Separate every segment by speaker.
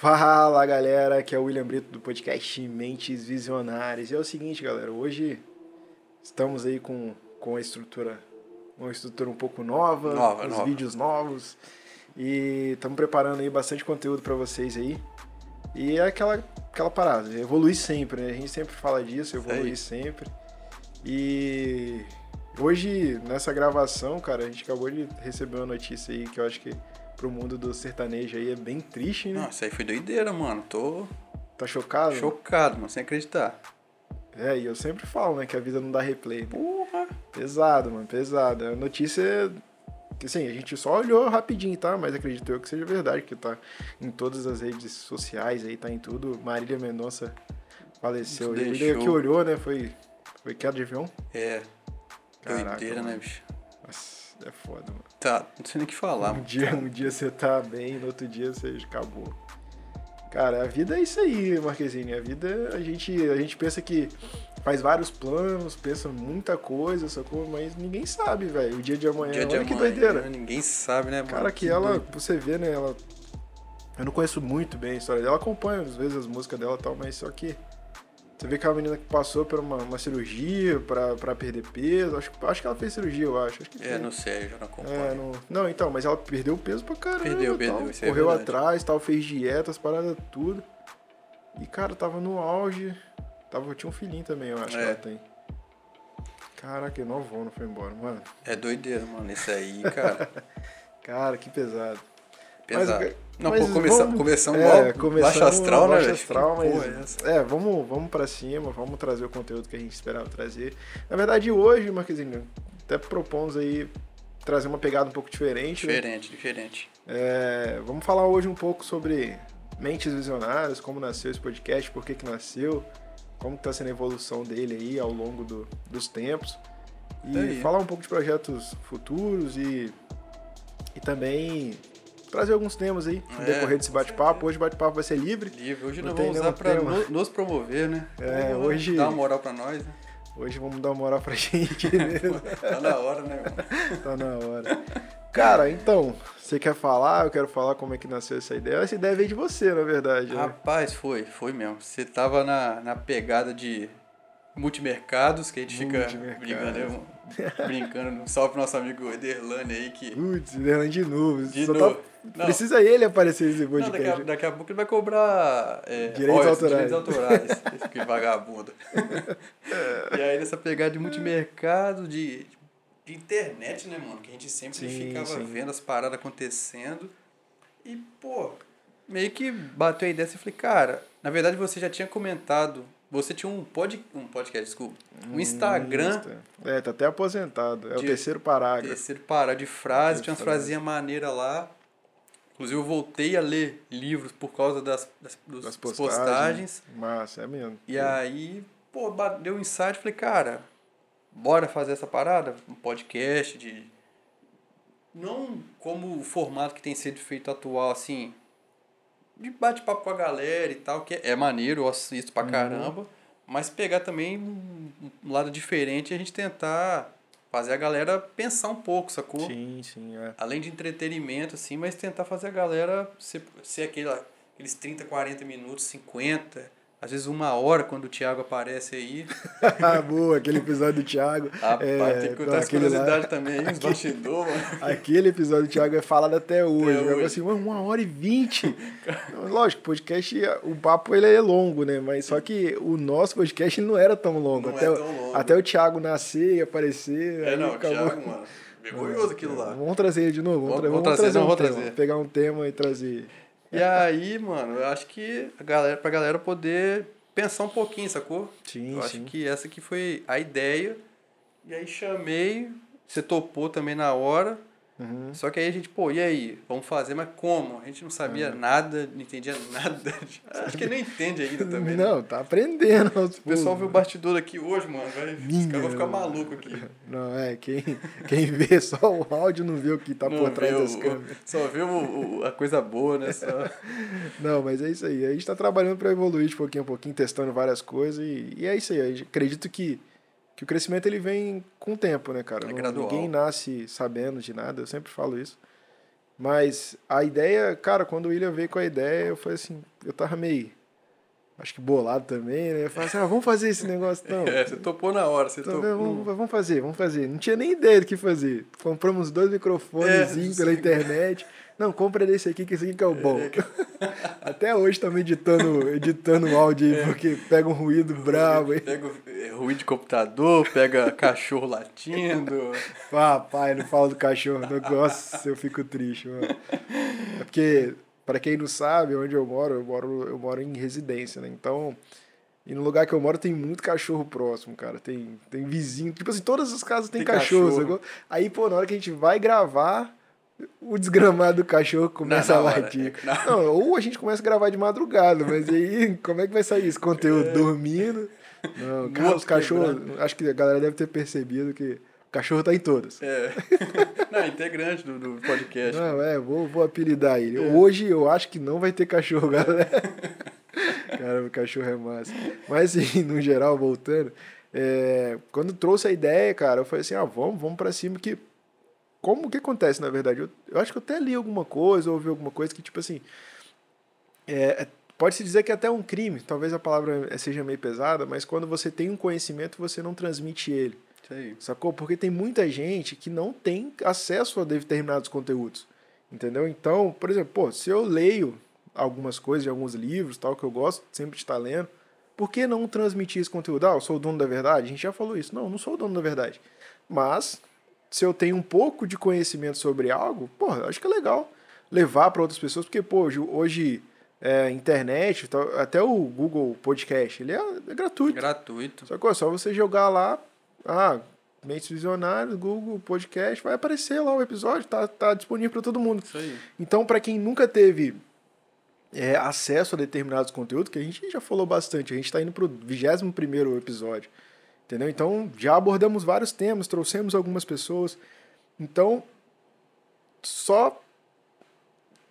Speaker 1: Fala galera, aqui é o William Brito do podcast Mentes Visionárias. E é o seguinte, galera, hoje estamos aí com, com a estrutura, uma estrutura um pouco nova,
Speaker 2: Nova,
Speaker 1: uns
Speaker 2: nova.
Speaker 1: vídeos novos. E estamos preparando aí bastante conteúdo para vocês aí. E é aquela, aquela parada, evoluir sempre, né? A gente sempre fala disso,
Speaker 2: Isso aí.
Speaker 1: evoluir sempre. E hoje, nessa gravação, cara, a gente acabou de receber uma notícia aí que eu acho que pro mundo do sertanejo aí é bem triste, né?
Speaker 2: Não, isso aí foi doideira, mano. Tô
Speaker 1: Tá chocado?
Speaker 2: chocado, mano, sem acreditar.
Speaker 1: É, e eu sempre falo, né, que a vida não dá replay. né?
Speaker 2: Porra!
Speaker 1: Pesado, mano, pesado. A notícia é que, assim, a gente só olhou rapidinho, tá? Mas acredito eu que seja verdade, que tá em todas as redes sociais aí, tá em tudo. Marília Mendonça faleceu. E
Speaker 2: Deixou.
Speaker 1: ele que olhou, né, foi, foi queda de avião.
Speaker 2: É.
Speaker 1: Caraca,
Speaker 2: doideira, né,
Speaker 1: mano.
Speaker 2: bicho?
Speaker 1: Nossa, é foda, mano.
Speaker 2: Tá, não sei nem o que falar.
Speaker 1: Um dia, um dia você tá bem, no outro dia você acabou. Cara, a vida é isso aí, Marquezine. A vida, a gente, a gente pensa que faz vários planos, pensa em muita coisa, sacou? Mas ninguém sabe, velho. O dia de amanhã,
Speaker 2: dia de
Speaker 1: É, olha que
Speaker 2: amanhã,
Speaker 1: doideira.
Speaker 2: Ninguém sabe, né, mano?
Speaker 1: Cara, que ela,
Speaker 2: doido.
Speaker 1: pra você ver, né, ela... Eu não conheço muito bem a história dela, acompanho às vezes as músicas dela e tal, mas só que... Você vê que é uma menina que passou por uma, uma cirurgia pra, pra perder peso, acho, acho que ela fez cirurgia, eu acho. acho que
Speaker 2: É,
Speaker 1: fez.
Speaker 2: não sei, eu já não acompanho.
Speaker 1: É, não... não, então, mas ela perdeu peso pra caramba.
Speaker 2: Perdeu, perdeu,
Speaker 1: tal.
Speaker 2: isso aí é
Speaker 1: Correu
Speaker 2: verdade.
Speaker 1: atrás, tal, fez dietas, paradas tudo. E, cara, tava no auge. Tava, tinha um filhinho também, eu acho
Speaker 2: É.
Speaker 1: que ela tem. Caraca, é novão, não foi embora, mano.
Speaker 2: É doideira, mano. Isso aí, cara.
Speaker 1: Cara, que pesado.
Speaker 2: pesado.
Speaker 1: Mas,
Speaker 2: não,
Speaker 1: mas
Speaker 2: pô, começamos,
Speaker 1: vamos-
Speaker 2: começamos
Speaker 1: é,
Speaker 2: logo.
Speaker 1: começamos
Speaker 2: baixo astral, né,
Speaker 1: baixo
Speaker 2: velho?
Speaker 1: astral,
Speaker 2: Que porra é
Speaker 1: mas-
Speaker 2: essa?
Speaker 1: é, vamos, vamos pra cima, vamos trazer o conteúdo que a gente esperava trazer. Na verdade, hoje, Marquezinho, até propomos aí trazer uma pegada um pouco diferente, né?
Speaker 2: Diferente, diferente.
Speaker 1: É, vamos falar hoje um pouco sobre mentes visionárias, como nasceu esse podcast, por que, que nasceu, como está sendo a evolução dele aí ao longo do- dos tempos. E
Speaker 2: Tá Aí.
Speaker 1: falar um pouco de projetos futuros e, e também trazer alguns temas aí no
Speaker 2: É,
Speaker 1: decorrer desse
Speaker 2: com
Speaker 1: bate-papo. Hoje o bate-papo vai ser livre.
Speaker 2: Livre. Hoje
Speaker 1: Não
Speaker 2: nós
Speaker 1: tem
Speaker 2: vamos usar
Speaker 1: nenhum
Speaker 2: pra
Speaker 1: tema.
Speaker 2: no- nos promover, né?
Speaker 1: É,
Speaker 2: Porra,
Speaker 1: hoje-
Speaker 2: Dá uma moral pra nós, né?
Speaker 1: Hoje vamos dar uma moral pra gente, né?
Speaker 2: Tá na hora, né, mano?
Speaker 1: tá na hora. Cara, então, você quer falar? Eu quero falar como é que nasceu essa ideia. Essa ideia veio de você, na verdade. né?
Speaker 2: Rapaz, foi, foi mesmo. Você tava na, na pegada de multimercados, que a gente fica
Speaker 1: Multimercado.
Speaker 2: brigando, né, mano? brincando. Um salve pro nosso amigo Ederlane aí, que.
Speaker 1: Putz, Leandro de novo.
Speaker 2: De
Speaker 1: Só
Speaker 2: novo.
Speaker 1: tá-
Speaker 2: Não.
Speaker 1: Precisa ele aparecer nesse
Speaker 2: Não, daqui, a,
Speaker 1: podcast.
Speaker 2: daqui a pouco ele vai cobrar é,
Speaker 1: Direitos autorais.
Speaker 2: direitos autorais, esse que vagabundo. e aí nessa pegada de multimercado, de, de internet, né, mano? Que a gente sempre
Speaker 1: Sim,
Speaker 2: ficava
Speaker 1: sim.
Speaker 2: vendo as paradas acontecendo. E, pô, meio que bateu a ideia e falei, cara, na verdade você já tinha comentado, você tinha um, pod, um podcast, desculpa,
Speaker 1: Hum,
Speaker 2: um Instagram
Speaker 1: É, tá até aposentado. É o
Speaker 2: De-
Speaker 1: terceiro parágrafo.
Speaker 2: Terceiro parar de frase,
Speaker 1: De
Speaker 2: tinha umas
Speaker 1: frase.
Speaker 2: frasinhas maneiras lá. Inclusive eu voltei a ler livros por causa das, das, dos-
Speaker 1: Das
Speaker 2: postagens.
Speaker 1: postagens. Massa, é mesmo.
Speaker 2: E aí, pô, ba- deu um insight, falei, cara, bora fazer essa parada? Um podcast de. Não como o formato que tem sido feito atual, assim. De bate-papo com a galera e tal, que é maneiro, eu assisto pra caramba. Mas pegar também um, um lado diferente e a gente tentar fazer a galera pensar um pouco, sacou?
Speaker 1: Sim, sim, é.
Speaker 2: além de entretenimento, assim, mas tentar fazer a galera ser, ser aquela, aqueles 30, 40 minutos, 50, às vezes uma hora quando o Thiago aparece aí.
Speaker 1: Ah, Boa, aquele episódio do Thiago.
Speaker 2: Rapaz,
Speaker 1: É,
Speaker 2: tem que
Speaker 1: não,
Speaker 2: contar as
Speaker 1: aquele lá-
Speaker 2: curiosidades também aí, uns bastidores, mano.
Speaker 1: Aquele episódio do Thiago é falado até hoje.
Speaker 2: Até
Speaker 1: Eu
Speaker 2: hoje.
Speaker 1: assim, mano, uma hora e vinte. Lógico, podcast, o papo ele é longo, né? Mas só que o nosso podcast ele não era tão longo.
Speaker 2: Não
Speaker 1: até,
Speaker 2: é
Speaker 1: o-
Speaker 2: tão longo.
Speaker 1: até o Thiago nascer e aparecer.
Speaker 2: É,
Speaker 1: aí
Speaker 2: não, o
Speaker 1: acabou.
Speaker 2: Thiago, mano, vergonhoso aquilo lá.
Speaker 1: Vamos trazer ele de novo. Vamos,
Speaker 2: Vamos-
Speaker 1: tra- vamos
Speaker 2: vamos trazer,
Speaker 1: trazer,
Speaker 2: não,
Speaker 1: um
Speaker 2: vamos
Speaker 1: tema.
Speaker 2: trazer.
Speaker 1: Pegar um tema e trazer.
Speaker 2: E aí, mano, eu acho que a galera, pra galera poder pensar um pouquinho, sacou?
Speaker 1: Sim,
Speaker 2: eu
Speaker 1: sim.
Speaker 2: acho que essa que foi a ideia. E aí chamei, você topou também na hora.
Speaker 1: Uhum.
Speaker 2: Só que aí a gente, pô, e aí? Vamos fazer, mas como? A gente não sabia
Speaker 1: Uhum.
Speaker 2: nada, não entendia nada. Acho que não entende ainda também. né?
Speaker 1: Não, tá aprendendo.
Speaker 2: O pessoal viu o bastidor aqui hoje, mano. Vai, os caras vão ficar malucos aqui.
Speaker 1: Não, é, quem, quem vê só o áudio não vê o que tá
Speaker 2: Não
Speaker 1: por trás
Speaker 2: vê
Speaker 1: das
Speaker 2: o-
Speaker 1: câmeras.
Speaker 2: Só viu o- o- a coisa boa, né? Só...
Speaker 1: Não, mas é isso aí. A gente tá trabalhando pra evoluir de pouquinho a pouquinho, testando várias coisas. E, e é isso aí. Eu acredito que, que o crescimento ele vem com o tempo, né, cara?
Speaker 2: É
Speaker 1: Não-
Speaker 2: gradual.
Speaker 1: Ninguém nasce sabendo de nada, eu sempre falo isso. Mas a ideia, cara, quando o William veio com a ideia, eu falei assim, eu tava meio. Acho que bolado também, né? Eu falei assim, ah, vamos fazer esse negócio então.
Speaker 2: É, você topou na hora, você
Speaker 1: Então,
Speaker 2: topou.
Speaker 1: né, vamos, vamos fazer, vamos fazer. Não tinha nem ideia do que fazer. Compramos dois microfonezinhos
Speaker 2: É,
Speaker 1: pela
Speaker 2: sim.
Speaker 1: internet. Não, compra desse aqui, que esse aqui que é o bom. Até hoje estamos editando, editando o áudio aí, porque pega um ruído bravo aí.
Speaker 2: Pega o- é, ruído de computador, pega cachorro latindo.
Speaker 1: Papai, não fala do cachorro. Não. Nossa, eu fico triste, mano. É porque, pra quem não sabe, onde eu moro, eu moro, eu moro em residência, né? Então, e no lugar que eu moro tem muito cachorro próximo, cara. Tem, tem vizinho. Tipo assim, todas as casas têm
Speaker 2: Tem
Speaker 1: cachorro.
Speaker 2: cachorro.
Speaker 1: sacou? Aí, pô, na hora que a gente vai gravar, o desgramado do cachorro começa
Speaker 2: na
Speaker 1: a
Speaker 2: hora,
Speaker 1: latir.
Speaker 2: é, na-
Speaker 1: Não, ou a gente começa a gravar de madrugada, mas aí como é que vai sair esse conteúdo? Dormindo? Não, cara, os
Speaker 2: Morto,
Speaker 1: cachorros. Acho que a galera deve ter percebido que o cachorro tá em todas.
Speaker 2: É. Não, integrante do, do podcast.
Speaker 1: Não, é, vou, vou apelidar ele. Hoje eu acho que não vai ter cachorro, galera. Cara, o cachorro é massa. Mas, assim, no geral, voltando, é, quando trouxe a ideia, cara, eu falei assim, ah, vamos, vamos pra cima, que... Como o que acontece, na verdade? Eu, eu acho que eu até li alguma coisa, ouvi alguma coisa que, tipo assim... é, é- Pode-se dizer que é até um crime, talvez a palavra eh, seja meio pesada, mas quando você tem um conhecimento, você não transmite ele.
Speaker 2: Isso aí.
Speaker 1: Sacou? Porque tem muita gente que não tem acesso a determinados conteúdos. Entendeu? Então, por exemplo, pô, se eu leio algumas coisas de alguns livros, tal, que eu gosto sempre de estar lendo, por que não transmitir esse conteúdo? Ah, eu sou o dono da verdade? A gente já falou isso. Não, eu não sou o dono da verdade. Mas, se eu tenho um pouco de conhecimento sobre algo, pô, eu acho que é legal levar para outras pessoas, porque, pô, hoje, hoje é, internet, tal, até o Google Podcast, ele é, é gratuito.
Speaker 2: Gratuito.
Speaker 1: Sacou? É só você jogar lá, ah, Mentes Visionários, Google Podcast, vai aparecer lá o episódio, tá, tá disponível para todo mundo.
Speaker 2: Isso aí.
Speaker 1: Então, para quem nunca teve é, acesso a determinados conteúdos, que a gente já falou bastante, a gente está indo para o 21 episódio, entendeu? Então, já abordamos vários temas, trouxemos algumas pessoas. Então, só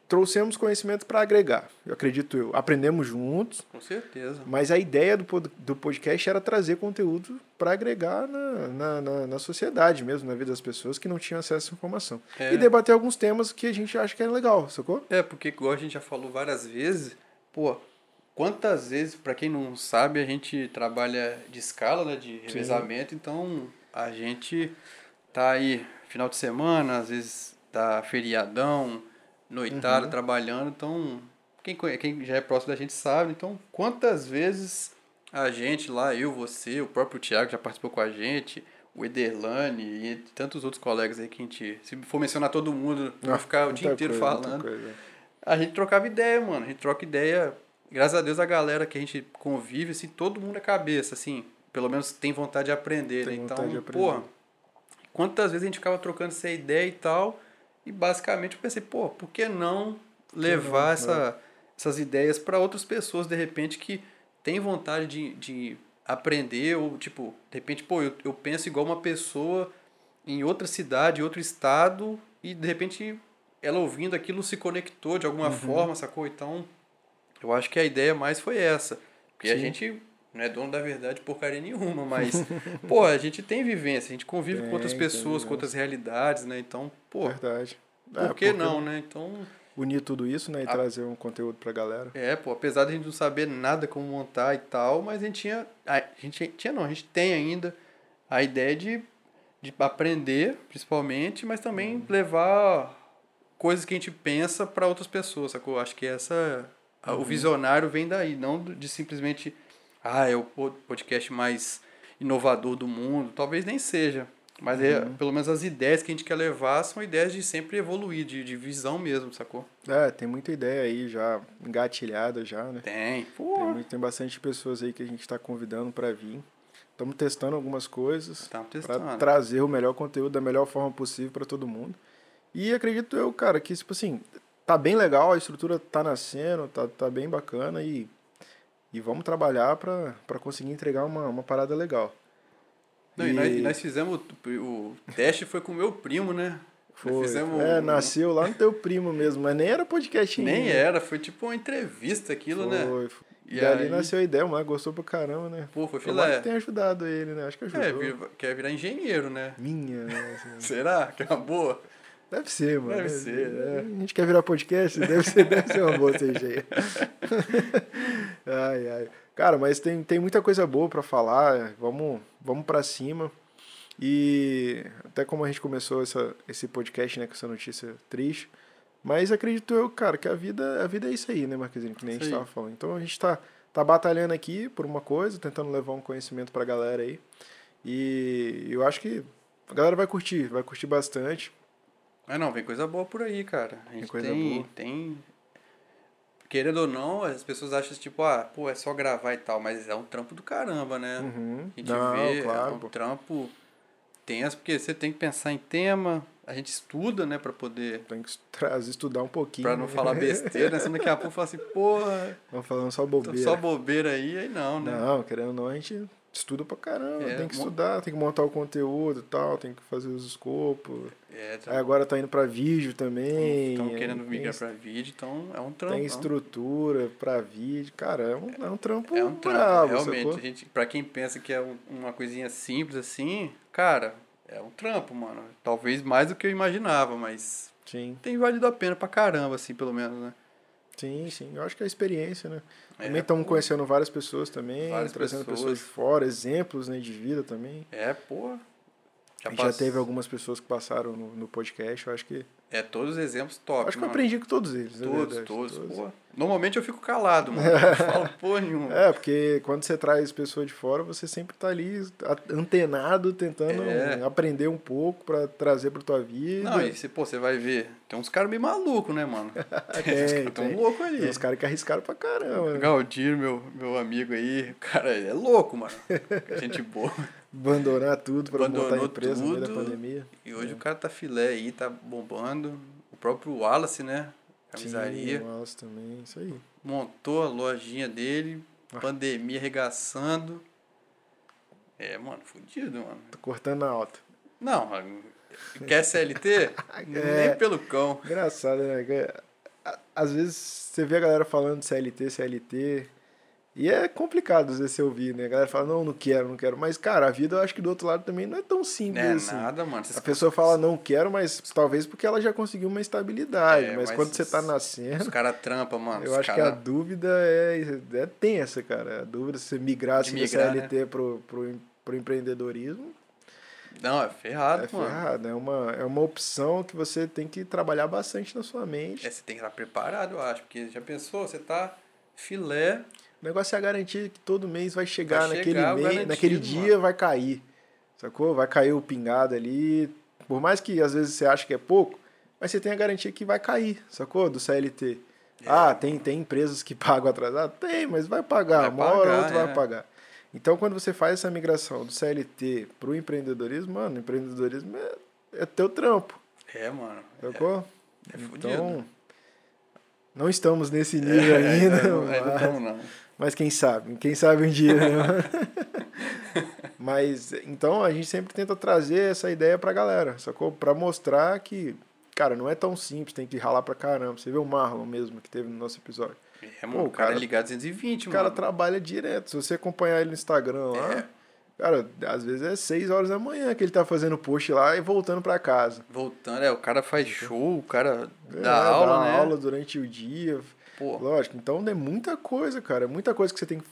Speaker 1: trouxemos conhecimento para agregar, eu acredito eu. Aprendemos juntos,
Speaker 2: Com certeza.
Speaker 1: mas a ideia do, pod- do podcast era trazer conteúdo para agregar na, na, na, na sociedade mesmo, na vida das pessoas que não tinham acesso à informação.
Speaker 2: É.
Speaker 1: E debater alguns temas que a gente acha que é legal, sacou?
Speaker 2: É, porque igual a gente já falou várias vezes, pô, quantas vezes, pra quem não sabe, a gente trabalha de escala, né, de revezamento, então a gente tá aí final de semana, às vezes tá feriadão, noitado,
Speaker 1: Uhum.
Speaker 2: trabalhando, então quem, conhe- quem já é próximo da gente sabe, então quantas vezes a gente lá, eu, você, o próprio Thiago que já participou com a gente, o Ederlane e entre tantos outros colegas aí que a gente, se for mencionar todo mundo, vai ficar É, o
Speaker 1: Ah, Muita
Speaker 2: dia inteiro
Speaker 1: coisa, muita
Speaker 2: falando.
Speaker 1: coisa.
Speaker 2: A gente trocava ideia, mano. A gente troca ideia. Graças a Deus a galera que a gente convive, assim, todo mundo é cabeça, assim. Pelo menos tem vontade de aprender,
Speaker 1: Tem
Speaker 2: né? Então,
Speaker 1: vontade de aprender.
Speaker 2: porra, quantas vezes a gente ficava trocando essa ideia e tal. E basicamente eu pensei, pô, por que não levar
Speaker 1: É.
Speaker 2: essa, essas ideias para outras pessoas, de repente, que têm vontade de, de aprender, ou tipo, de repente, pô, eu, eu penso igual uma pessoa em outra cidade, em outro estado, e de repente ela ouvindo aquilo se conectou de
Speaker 1: Uhum.
Speaker 2: alguma forma, sacou? Então, eu acho que a ideia mais foi essa. Porque a
Speaker 1: Sim.
Speaker 2: gente não é dono da verdade porcaria nenhuma, mas, pô, a gente tem vivência, a gente convive
Speaker 1: Tem,
Speaker 2: com outras
Speaker 1: tem
Speaker 2: pessoas,
Speaker 1: vivência.
Speaker 2: com outras realidades, né? Então, pô,
Speaker 1: Verdade. É,
Speaker 2: por que
Speaker 1: porque
Speaker 2: não, Ah. né? Então,
Speaker 1: Unir tudo isso, né, e trazer um conteúdo pra galera.
Speaker 2: é, pô, apesar de a gente não saber nada como montar e tal, mas a gente tinha. A gente tinha não, a gente tem ainda a ideia de, de aprender, principalmente, mas também levar coisas que a gente pensa para outras pessoas, sacou? Acho que essa. a- O visionário vem daí, não do- de simplesmente. Ah, é o po- podcast mais inovador do mundo. Talvez nem seja. Mas é, pelo menos as ideias que a gente quer levar são ideias de sempre evoluir, de, de visão mesmo, sacou?
Speaker 1: É, tem muita ideia aí já engatilhada já, né?
Speaker 2: Tem. Pô,
Speaker 1: Tem, muito- tem bastante pessoas aí que a gente tá convidando pra vir. Estamos testando algumas coisas.
Speaker 2: Estamos
Speaker 1: para
Speaker 2: tá testando.
Speaker 1: trazer o melhor conteúdo da melhor forma possível para todo mundo. E acredito eu, cara, que tipo assim, tá bem legal, a estrutura tá nascendo, tá, tá bem bacana e, e vamos trabalhar para conseguir entregar uma, uma parada legal.
Speaker 2: Não, e, nós, e nós fizemos o, o teste foi com o meu primo, né? Nós
Speaker 1: foi,
Speaker 2: fizemos
Speaker 1: é,
Speaker 2: um-
Speaker 1: nasceu lá no teu primo mesmo, mas nem era podcast ainda.
Speaker 2: nem era, foi tipo uma entrevista aquilo, né?
Speaker 1: Foi, foi. E,
Speaker 2: E
Speaker 1: dali
Speaker 2: aí-
Speaker 1: nasceu a ideia, o moleque gostou pra caramba, né?
Speaker 2: Pô, foi é,
Speaker 1: Tomara
Speaker 2: filé.
Speaker 1: que tenha ajudado ele, né? Acho que
Speaker 2: É,
Speaker 1: ajudou.
Speaker 2: vir- quer virar engenheiro, né?
Speaker 1: Minha, né? assim.
Speaker 2: Será que é uma boa?
Speaker 1: Deve ser, mano.
Speaker 2: Deve ser, né?
Speaker 1: É, A gente quer virar podcast, deve ser, deve ser uma boa CG. ai, ai. Cara, mas tem, tem muita coisa boa pra falar. Vamos, vamos para cima. E até como a gente começou essa, esse podcast, né, com essa notícia triste. Mas acredito eu, cara, que a vida, a vida é isso aí, né, Marquezinho? Que nem a
Speaker 2: Isso
Speaker 1: gente
Speaker 2: aí.
Speaker 1: tava falando. Então a gente tá, tá batalhando aqui por uma coisa, tentando levar um conhecimento pra galera aí. E eu acho que a galera vai curtir, vai curtir bastante.
Speaker 2: Ah, não, vem coisa boa por aí, cara. A gente
Speaker 1: coisa
Speaker 2: tem,
Speaker 1: boa.
Speaker 2: tem. Querendo ou não, as pessoas acham tipo, ah, pô, é só gravar e tal, mas é um trampo do caramba, né?
Speaker 1: Uhum.
Speaker 2: A gente
Speaker 1: Não,
Speaker 2: vê,
Speaker 1: claro.
Speaker 2: é um
Speaker 1: pô.
Speaker 2: trampo tenso, porque você tem que pensar em tema, a gente estuda, né, pra poder.
Speaker 1: Tem que tra- estudar um pouquinho.
Speaker 2: Pra não
Speaker 1: né?
Speaker 2: falar besteira, né? Senão daqui a pouco fala assim, porra,
Speaker 1: Não falando só
Speaker 2: tô
Speaker 1: bobeira.
Speaker 2: só bobeira aí, aí não, né?
Speaker 1: Não, querendo ou não, a gente estuda pra caramba.
Speaker 2: É,
Speaker 1: tem que
Speaker 2: mon-
Speaker 1: estudar, tem que montar o conteúdo e tal, tem que fazer os escopos.
Speaker 2: É,
Speaker 1: Aí agora tá indo pra vídeo também.
Speaker 2: estão
Speaker 1: aí
Speaker 2: querendo
Speaker 1: tem
Speaker 2: migrar
Speaker 1: es-
Speaker 2: pra vídeo, então é um trampo.
Speaker 1: Tem estrutura pra vídeo. Cara, é um, é um trampo
Speaker 2: É um trampo,
Speaker 1: brabo,
Speaker 2: realmente.
Speaker 1: sacou?
Speaker 2: A gente, pra quem pensa que é um- uma coisinha simples assim, cara, é um trampo, mano. Talvez mais do que eu imaginava, mas
Speaker 1: Sim,
Speaker 2: tem valido a pena pra caramba, assim, pelo menos, né?
Speaker 1: sim, sim. Eu acho que é a experiência, né?
Speaker 2: É,
Speaker 1: Também estamos conhecendo várias pessoas também,
Speaker 2: Várias
Speaker 1: trazendo pessoas.
Speaker 2: pessoas.
Speaker 1: de fora, exemplos né, de vida também.
Speaker 2: É, pô.
Speaker 1: Já, a gente
Speaker 2: pass-
Speaker 1: já teve algumas pessoas que passaram no, no podcast, eu acho que
Speaker 2: É, todos os exemplos top.
Speaker 1: Acho que eu
Speaker 2: mano.
Speaker 1: aprendi com todos eles. na
Speaker 2: Todos,
Speaker 1: verdade,
Speaker 2: todos, pô. Normalmente eu fico calado, mano. Eu não falo porra nenhuma.
Speaker 1: É, porque quando você traz pessoa de fora, você sempre tá ali a- antenado, tentando
Speaker 2: É.
Speaker 1: aprender um pouco pra trazer pra tua vida. É,
Speaker 2: Não, e você, pô, você vai ver. Tem uns caras meio malucos, né, mano?
Speaker 1: Tem,
Speaker 2: uns caras tão
Speaker 1: tem.
Speaker 2: loucos ali.
Speaker 1: Tem uns caras que arriscaram pra caramba. né?
Speaker 2: Galdino, meu, meu amigo aí, o cara é louco, mano. Gente boa.
Speaker 1: Abandonar tudo pra montar
Speaker 2: Abandonou
Speaker 1: a empresa no meio da
Speaker 2: tudo.
Speaker 1: pandemia.
Speaker 2: E hoje o cara tá filé aí, tá bombando. O próprio Wallace, né? Camisaria.
Speaker 1: Sim, o Wallace também, isso aí.
Speaker 2: Montou a lojinha dele,
Speaker 1: Ah.
Speaker 2: pandemia arregaçando. É, mano, fudido, mano.
Speaker 1: Tô cortando a alta.
Speaker 2: Não, quer CLT?
Speaker 1: É.
Speaker 2: Nem pelo cão.
Speaker 1: Engraçado, né? Que, a- Às vezes você vê a galera falando de CLT, CLT. E é complicado às vezes você ouvir, né? A galera fala, não, não quero, não quero. Mas, cara, a vida eu acho que do outro lado também não é tão
Speaker 2: Não
Speaker 1: simples
Speaker 2: é
Speaker 1: assim.
Speaker 2: nada, mano. Esses
Speaker 1: A pessoa fala, não quero, mas talvez porque ela já conseguiu uma estabilidade.
Speaker 2: É,
Speaker 1: mas,
Speaker 2: mas
Speaker 1: quando você tá
Speaker 2: os- Os
Speaker 1: nascendo,
Speaker 2: caras trampa, mano.
Speaker 1: eu
Speaker 2: os
Speaker 1: acho que a
Speaker 2: cara...
Speaker 1: dúvida é, é tensa, cara. A dúvida se você migrar
Speaker 2: De
Speaker 1: assim, do
Speaker 2: migrar, né?
Speaker 1: CLT pro, pro, em- pro empreendedorismo
Speaker 2: Não, é ferrado,
Speaker 1: é
Speaker 2: mano.
Speaker 1: ferrado. É uma, é uma opção que você tem que trabalhar bastante na sua mente.
Speaker 2: É, você tem que estar preparado, eu acho. Porque já pensou, você tá filé,
Speaker 1: O negócio é garantir que todo mês vai chegar,
Speaker 2: Vai
Speaker 1: naquele,
Speaker 2: chegar o
Speaker 1: mês,
Speaker 2: garantido,
Speaker 1: naquele dia, vai cair. Sacou? Vai cair o pingado ali. Por mais que às vezes você ache que é pouco, mas você tem a garantia que vai cair, sacou? Do CLT.
Speaker 2: É.
Speaker 1: Ah, tem, tem empresas que pagam atrasado? Tem, mas vai pagar.
Speaker 2: Vai
Speaker 1: uma hora
Speaker 2: pagar,
Speaker 1: ou outra
Speaker 2: é.
Speaker 1: vai pagar. Então, quando você faz essa migração do CLT pro empreendedorismo, mano, empreendedorismo é, é teu trampo,
Speaker 2: É, mano.
Speaker 1: sacou?
Speaker 2: É fudido. É,
Speaker 1: então, não estamos nesse nível ainda.
Speaker 2: não, é,
Speaker 1: mas-
Speaker 2: não, não.
Speaker 1: mas quem sabe? Quem sabe um dia. Né? Mas então a gente sempre tenta trazer essa ideia pra galera, sacou? Pra mostrar que, cara, não é tão simples, tem que ralar pra caramba. Você vê o Marlon mesmo que teve no nosso episódio.
Speaker 2: É, mano,
Speaker 1: Pô,
Speaker 2: o cara,
Speaker 1: cara-
Speaker 2: é ligado 220,
Speaker 1: O cara
Speaker 2: mano.
Speaker 1: trabalha direto. Se você acompanhar ele no Instagram lá,
Speaker 2: É.
Speaker 1: cara, às vezes é 6 horas da manhã que ele tá fazendo post lá e voltando pra casa.
Speaker 2: Voltando, é, o cara faz show, o cara
Speaker 1: É,
Speaker 2: dá aula, né?
Speaker 1: aula durante o dia.
Speaker 2: Pô,
Speaker 1: Lógico, então é muita coisa, cara. É muita coisa que você tem que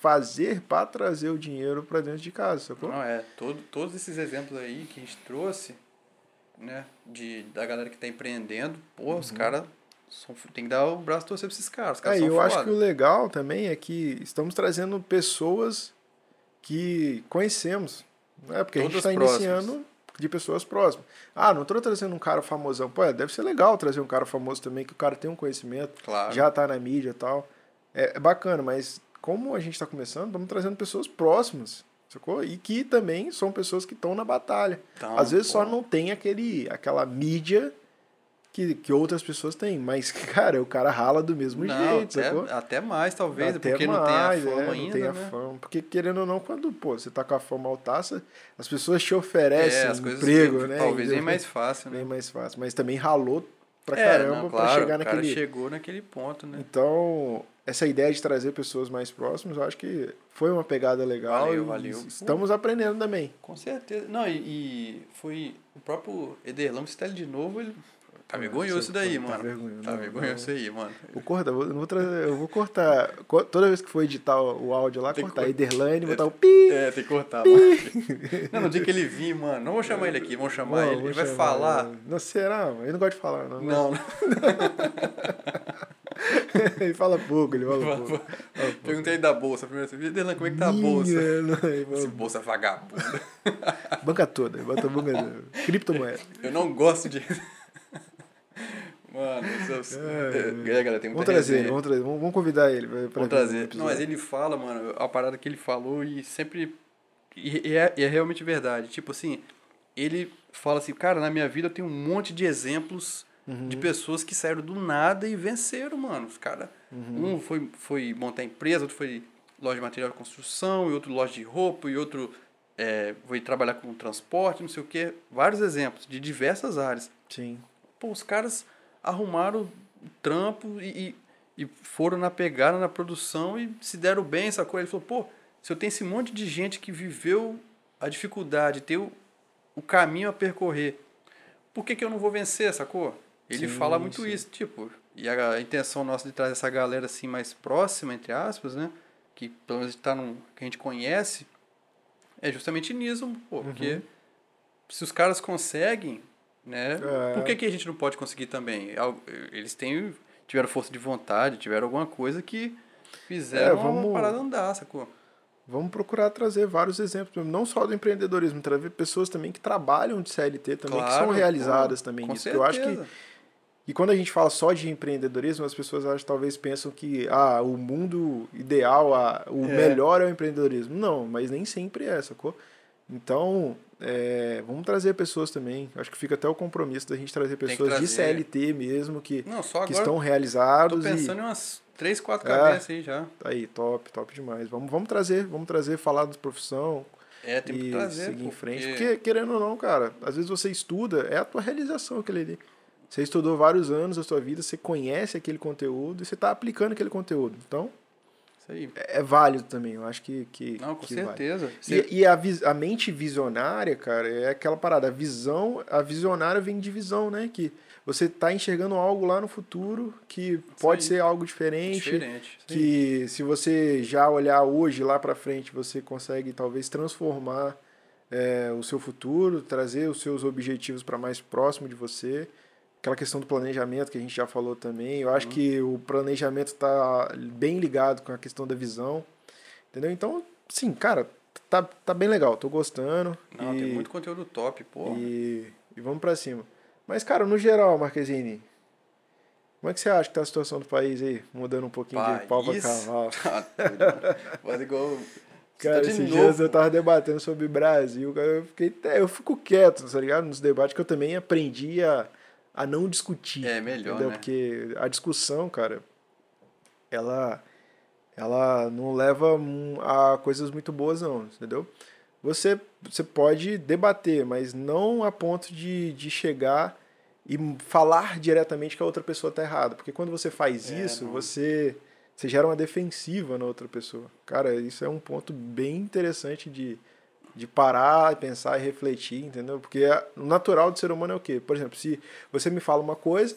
Speaker 1: fazer pra trazer o dinheiro pra dentro de casa, sacou?
Speaker 2: não, é, todo, todos esses exemplos aí que a gente trouxe, né, de, da galera que tá empreendendo, pô, os caras são fu- tem que dar o braço a torcer pra esses caras, os caras
Speaker 1: Uhum. É,
Speaker 2: são
Speaker 1: eu acho que
Speaker 2: foda.
Speaker 1: o legal também é que estamos trazendo pessoas que conhecemos, né? Porque a
Speaker 2: Todas
Speaker 1: gente está
Speaker 2: próximas.
Speaker 1: iniciando de pessoas próximas. Ah, não estou trazendo um cara famosão. Pô, é, deve ser legal trazer um cara famoso também, que o cara tem um conhecimento,
Speaker 2: Claro.
Speaker 1: já tá na mídia e tal. É, é bacana, mas como a gente está começando, estamos trazendo pessoas próximas, sacou? E que também são pessoas que estão na batalha.
Speaker 2: Então,
Speaker 1: Às vezes
Speaker 2: pô,
Speaker 1: só não tem aquele, aquela mídia que, que outras pessoas têm, mas, cara, o cara rala do mesmo
Speaker 2: não,
Speaker 1: jeito, sacou?
Speaker 2: até, até mais, talvez,
Speaker 1: Até
Speaker 2: porque não tem a
Speaker 1: mais,
Speaker 2: fama
Speaker 1: é,
Speaker 2: ainda,
Speaker 1: Não tem a
Speaker 2: né?
Speaker 1: fama. Porque, querendo ou não, quando pô, você tá com a fama altaça, as pessoas te oferecem
Speaker 2: é, as
Speaker 1: um
Speaker 2: coisas
Speaker 1: emprego,
Speaker 2: que
Speaker 1: né?
Speaker 2: talvez nem
Speaker 1: Entendeu?
Speaker 2: mais fácil, né?
Speaker 1: Bem mais fácil. Mas também ralou pra
Speaker 2: É,
Speaker 1: caramba
Speaker 2: não,
Speaker 1: pra
Speaker 2: claro,
Speaker 1: chegar
Speaker 2: o cara
Speaker 1: naquele.
Speaker 2: chegou naquele ponto, né?
Speaker 1: Então, essa ideia de trazer pessoas mais próximas, eu acho que foi uma pegada legal.
Speaker 2: Valeu,
Speaker 1: e
Speaker 2: valeu.
Speaker 1: Estamos aprendendo também.
Speaker 2: Com certeza. Não, e, e foi o próprio Ederlan Stelli de novo, ele. Tá vergonhoso isso daí,
Speaker 1: Tá
Speaker 2: mano.
Speaker 1: vergonhoso,
Speaker 2: Tá
Speaker 1: não,
Speaker 2: vergonhoso isso aí, mano.
Speaker 1: Vou cortar, vou- eu vou, trazer- eu vou cortar. co- Toda vez que for editar o o áudio lá,
Speaker 2: Tem que
Speaker 1: cortar
Speaker 2: cor-
Speaker 1: Ederlane, botar o pi.
Speaker 2: É, tem que cortar, mano. Não, no dia que ele vir, mano, não vou chamar ele aqui, vamos chamar
Speaker 1: Não,
Speaker 2: ele.
Speaker 1: vou
Speaker 2: Ele vai
Speaker 1: chamar
Speaker 2: falar.
Speaker 1: ele. Não, será? mano? Ele não gosta de falar, não.
Speaker 2: Não,
Speaker 1: ele fala pouco, ele fala
Speaker 2: não.
Speaker 1: pouco.
Speaker 2: Perguntei da bolsa primeiro. assim, Ederlan, como é que tá a bolsa?
Speaker 1: Ih, é, não, ele fala
Speaker 2: Esse bolsa vagabundo.
Speaker 1: Banca toda, bota a banca toda. Criptomoeda.
Speaker 2: Eu não gosto de. Mano, isso é, é, galera, tem
Speaker 1: Vamos
Speaker 2: muita
Speaker 1: trazer ele,
Speaker 2: resenha.
Speaker 1: vamos trazer, vamos vamos convidar ele pra, pra
Speaker 2: Vou
Speaker 1: vir no
Speaker 2: trazer.
Speaker 1: episódio.
Speaker 2: Não, mas ele fala, mano, a parada que ele falou e sempre. E, e é, e é realmente verdade. Tipo assim, ele fala assim, cara, na minha vida eu tenho um monte de exemplos de pessoas que saíram do nada e venceram, mano. Os cara, um foi, foi montar empresa, outro foi loja de material de construção, e outro loja de roupa, e outro é, foi trabalhar com transporte, não sei o quê. Vários exemplos de diversas áreas
Speaker 1: Sim.
Speaker 2: pô, os caras arrumaram o trampo e, e, e foram na pegada, na produção e se deram bem, sacou? Ele falou, pô, se eu tenho esse monte de gente que viveu a dificuldade, tem o, o caminho a percorrer, por que, que eu não vou vencer, sacou? Ele
Speaker 1: Sim,
Speaker 2: fala muito
Speaker 1: sim.
Speaker 2: isso, tipo, e a, a intenção nossa de trazer essa galera assim mais próxima, entre aspas, né? Que pelo menos tá num, que a gente conhece, é justamente nisso, pô,
Speaker 1: Uhum.
Speaker 2: porque se os caras conseguem, né?
Speaker 1: É.
Speaker 2: Por que, que a gente não pode conseguir também? Al- Eles têm, tiveram força de vontade, tiveram alguma coisa que fizeram
Speaker 1: É, vamos-
Speaker 2: uma parada andar, sacou?
Speaker 1: Vamos procurar trazer vários exemplos, não só do empreendedorismo, trazer pessoas também que trabalham de CLT também, que são
Speaker 2: Claro,
Speaker 1: realizadas
Speaker 2: com-
Speaker 1: também
Speaker 2: com
Speaker 1: nisso. porque Eu acho que
Speaker 2: certeza.
Speaker 1: E quando a gente fala só de empreendedorismo, as pessoas acho, talvez pensam que ah, o mundo ideal, ah, o
Speaker 2: É.
Speaker 1: melhor é o empreendedorismo. Não, mas nem sempre é, sacou? Então, é, vamos trazer pessoas também. Acho que fica até o compromisso da gente trazer
Speaker 2: que
Speaker 1: pessoas de
Speaker 2: trazer.
Speaker 1: CLT mesmo, que,
Speaker 2: Não, só
Speaker 1: que
Speaker 2: agora
Speaker 1: estão
Speaker 2: tô
Speaker 1: realizados. E,
Speaker 2: pensando em umas três, quatro
Speaker 1: É.
Speaker 2: cabeças aí já.
Speaker 1: aí, top, top demais. Vamos, vamos trazer, vamos trazer, falar da profissão,
Speaker 2: É, tem que
Speaker 1: e
Speaker 2: trazer,
Speaker 1: seguir
Speaker 2: pô,
Speaker 1: em frente.
Speaker 2: porque-
Speaker 1: Porque... querendo ou não, cara, às vezes você estuda, é a tua realização aquele ali. Você estudou vários anos da sua vida, você conhece aquele conteúdo e você está aplicando aquele conteúdo. Então,
Speaker 2: Isso aí.
Speaker 1: é, é válido também, eu acho que. que
Speaker 2: Não, com
Speaker 1: que vale.
Speaker 2: certeza. Você-
Speaker 1: E, e a, vis- a mente visionária, cara, é aquela parada. A visão, a visionária vem de visão, né? Que você tá enxergando algo lá no futuro que pode
Speaker 2: aí.
Speaker 1: ser algo diferente,
Speaker 2: Diferente. Isso aí.
Speaker 1: que se você já olhar hoje lá pra frente, você consegue talvez transformar é, o seu futuro, trazer os seus objetivos para mais próximo de você. Aquela questão do planejamento que a gente já falou também. Eu
Speaker 2: Uhum.
Speaker 1: acho que o planejamento está bem ligado com a questão da visão. Entendeu? Então, sim, cara, tá, tá bem legal. Tô gostando.
Speaker 2: Não,
Speaker 1: e,
Speaker 2: tem muito conteúdo top, pô.
Speaker 1: e, e vamos pra cima. Mas, cara, no geral, Marquezine, como é que você acha que tá a situação do país aí? Mudando um pouquinho de pau pra
Speaker 2: País?
Speaker 1: cavalo.
Speaker 2: Tá doido. Mas igual. Você
Speaker 1: Cara,
Speaker 2: tá de
Speaker 1: esses
Speaker 2: novo.
Speaker 1: dias eu tava debatendo sobre Brasil, cara, eu fiquei até- eu fico quieto, tá ligado? Nos debates que eu também aprendi a, a não discutir.
Speaker 2: É, melhor, né?
Speaker 1: Porque a discussão, cara, ela ela não leva mu- a coisas muito boas não, entendeu? Você você pode debater, mas não a ponto de, de chegar e falar diretamente que a outra pessoa tá errada, porque quando você faz
Speaker 2: É,
Speaker 1: isso,
Speaker 2: não.
Speaker 1: você você gera uma defensiva na outra pessoa. Cara, isso é um ponto bem interessante de, de parar, pensar e refletir, entendeu? Porque a- o natural do ser humano é o quê? Por exemplo, se você me fala uma coisa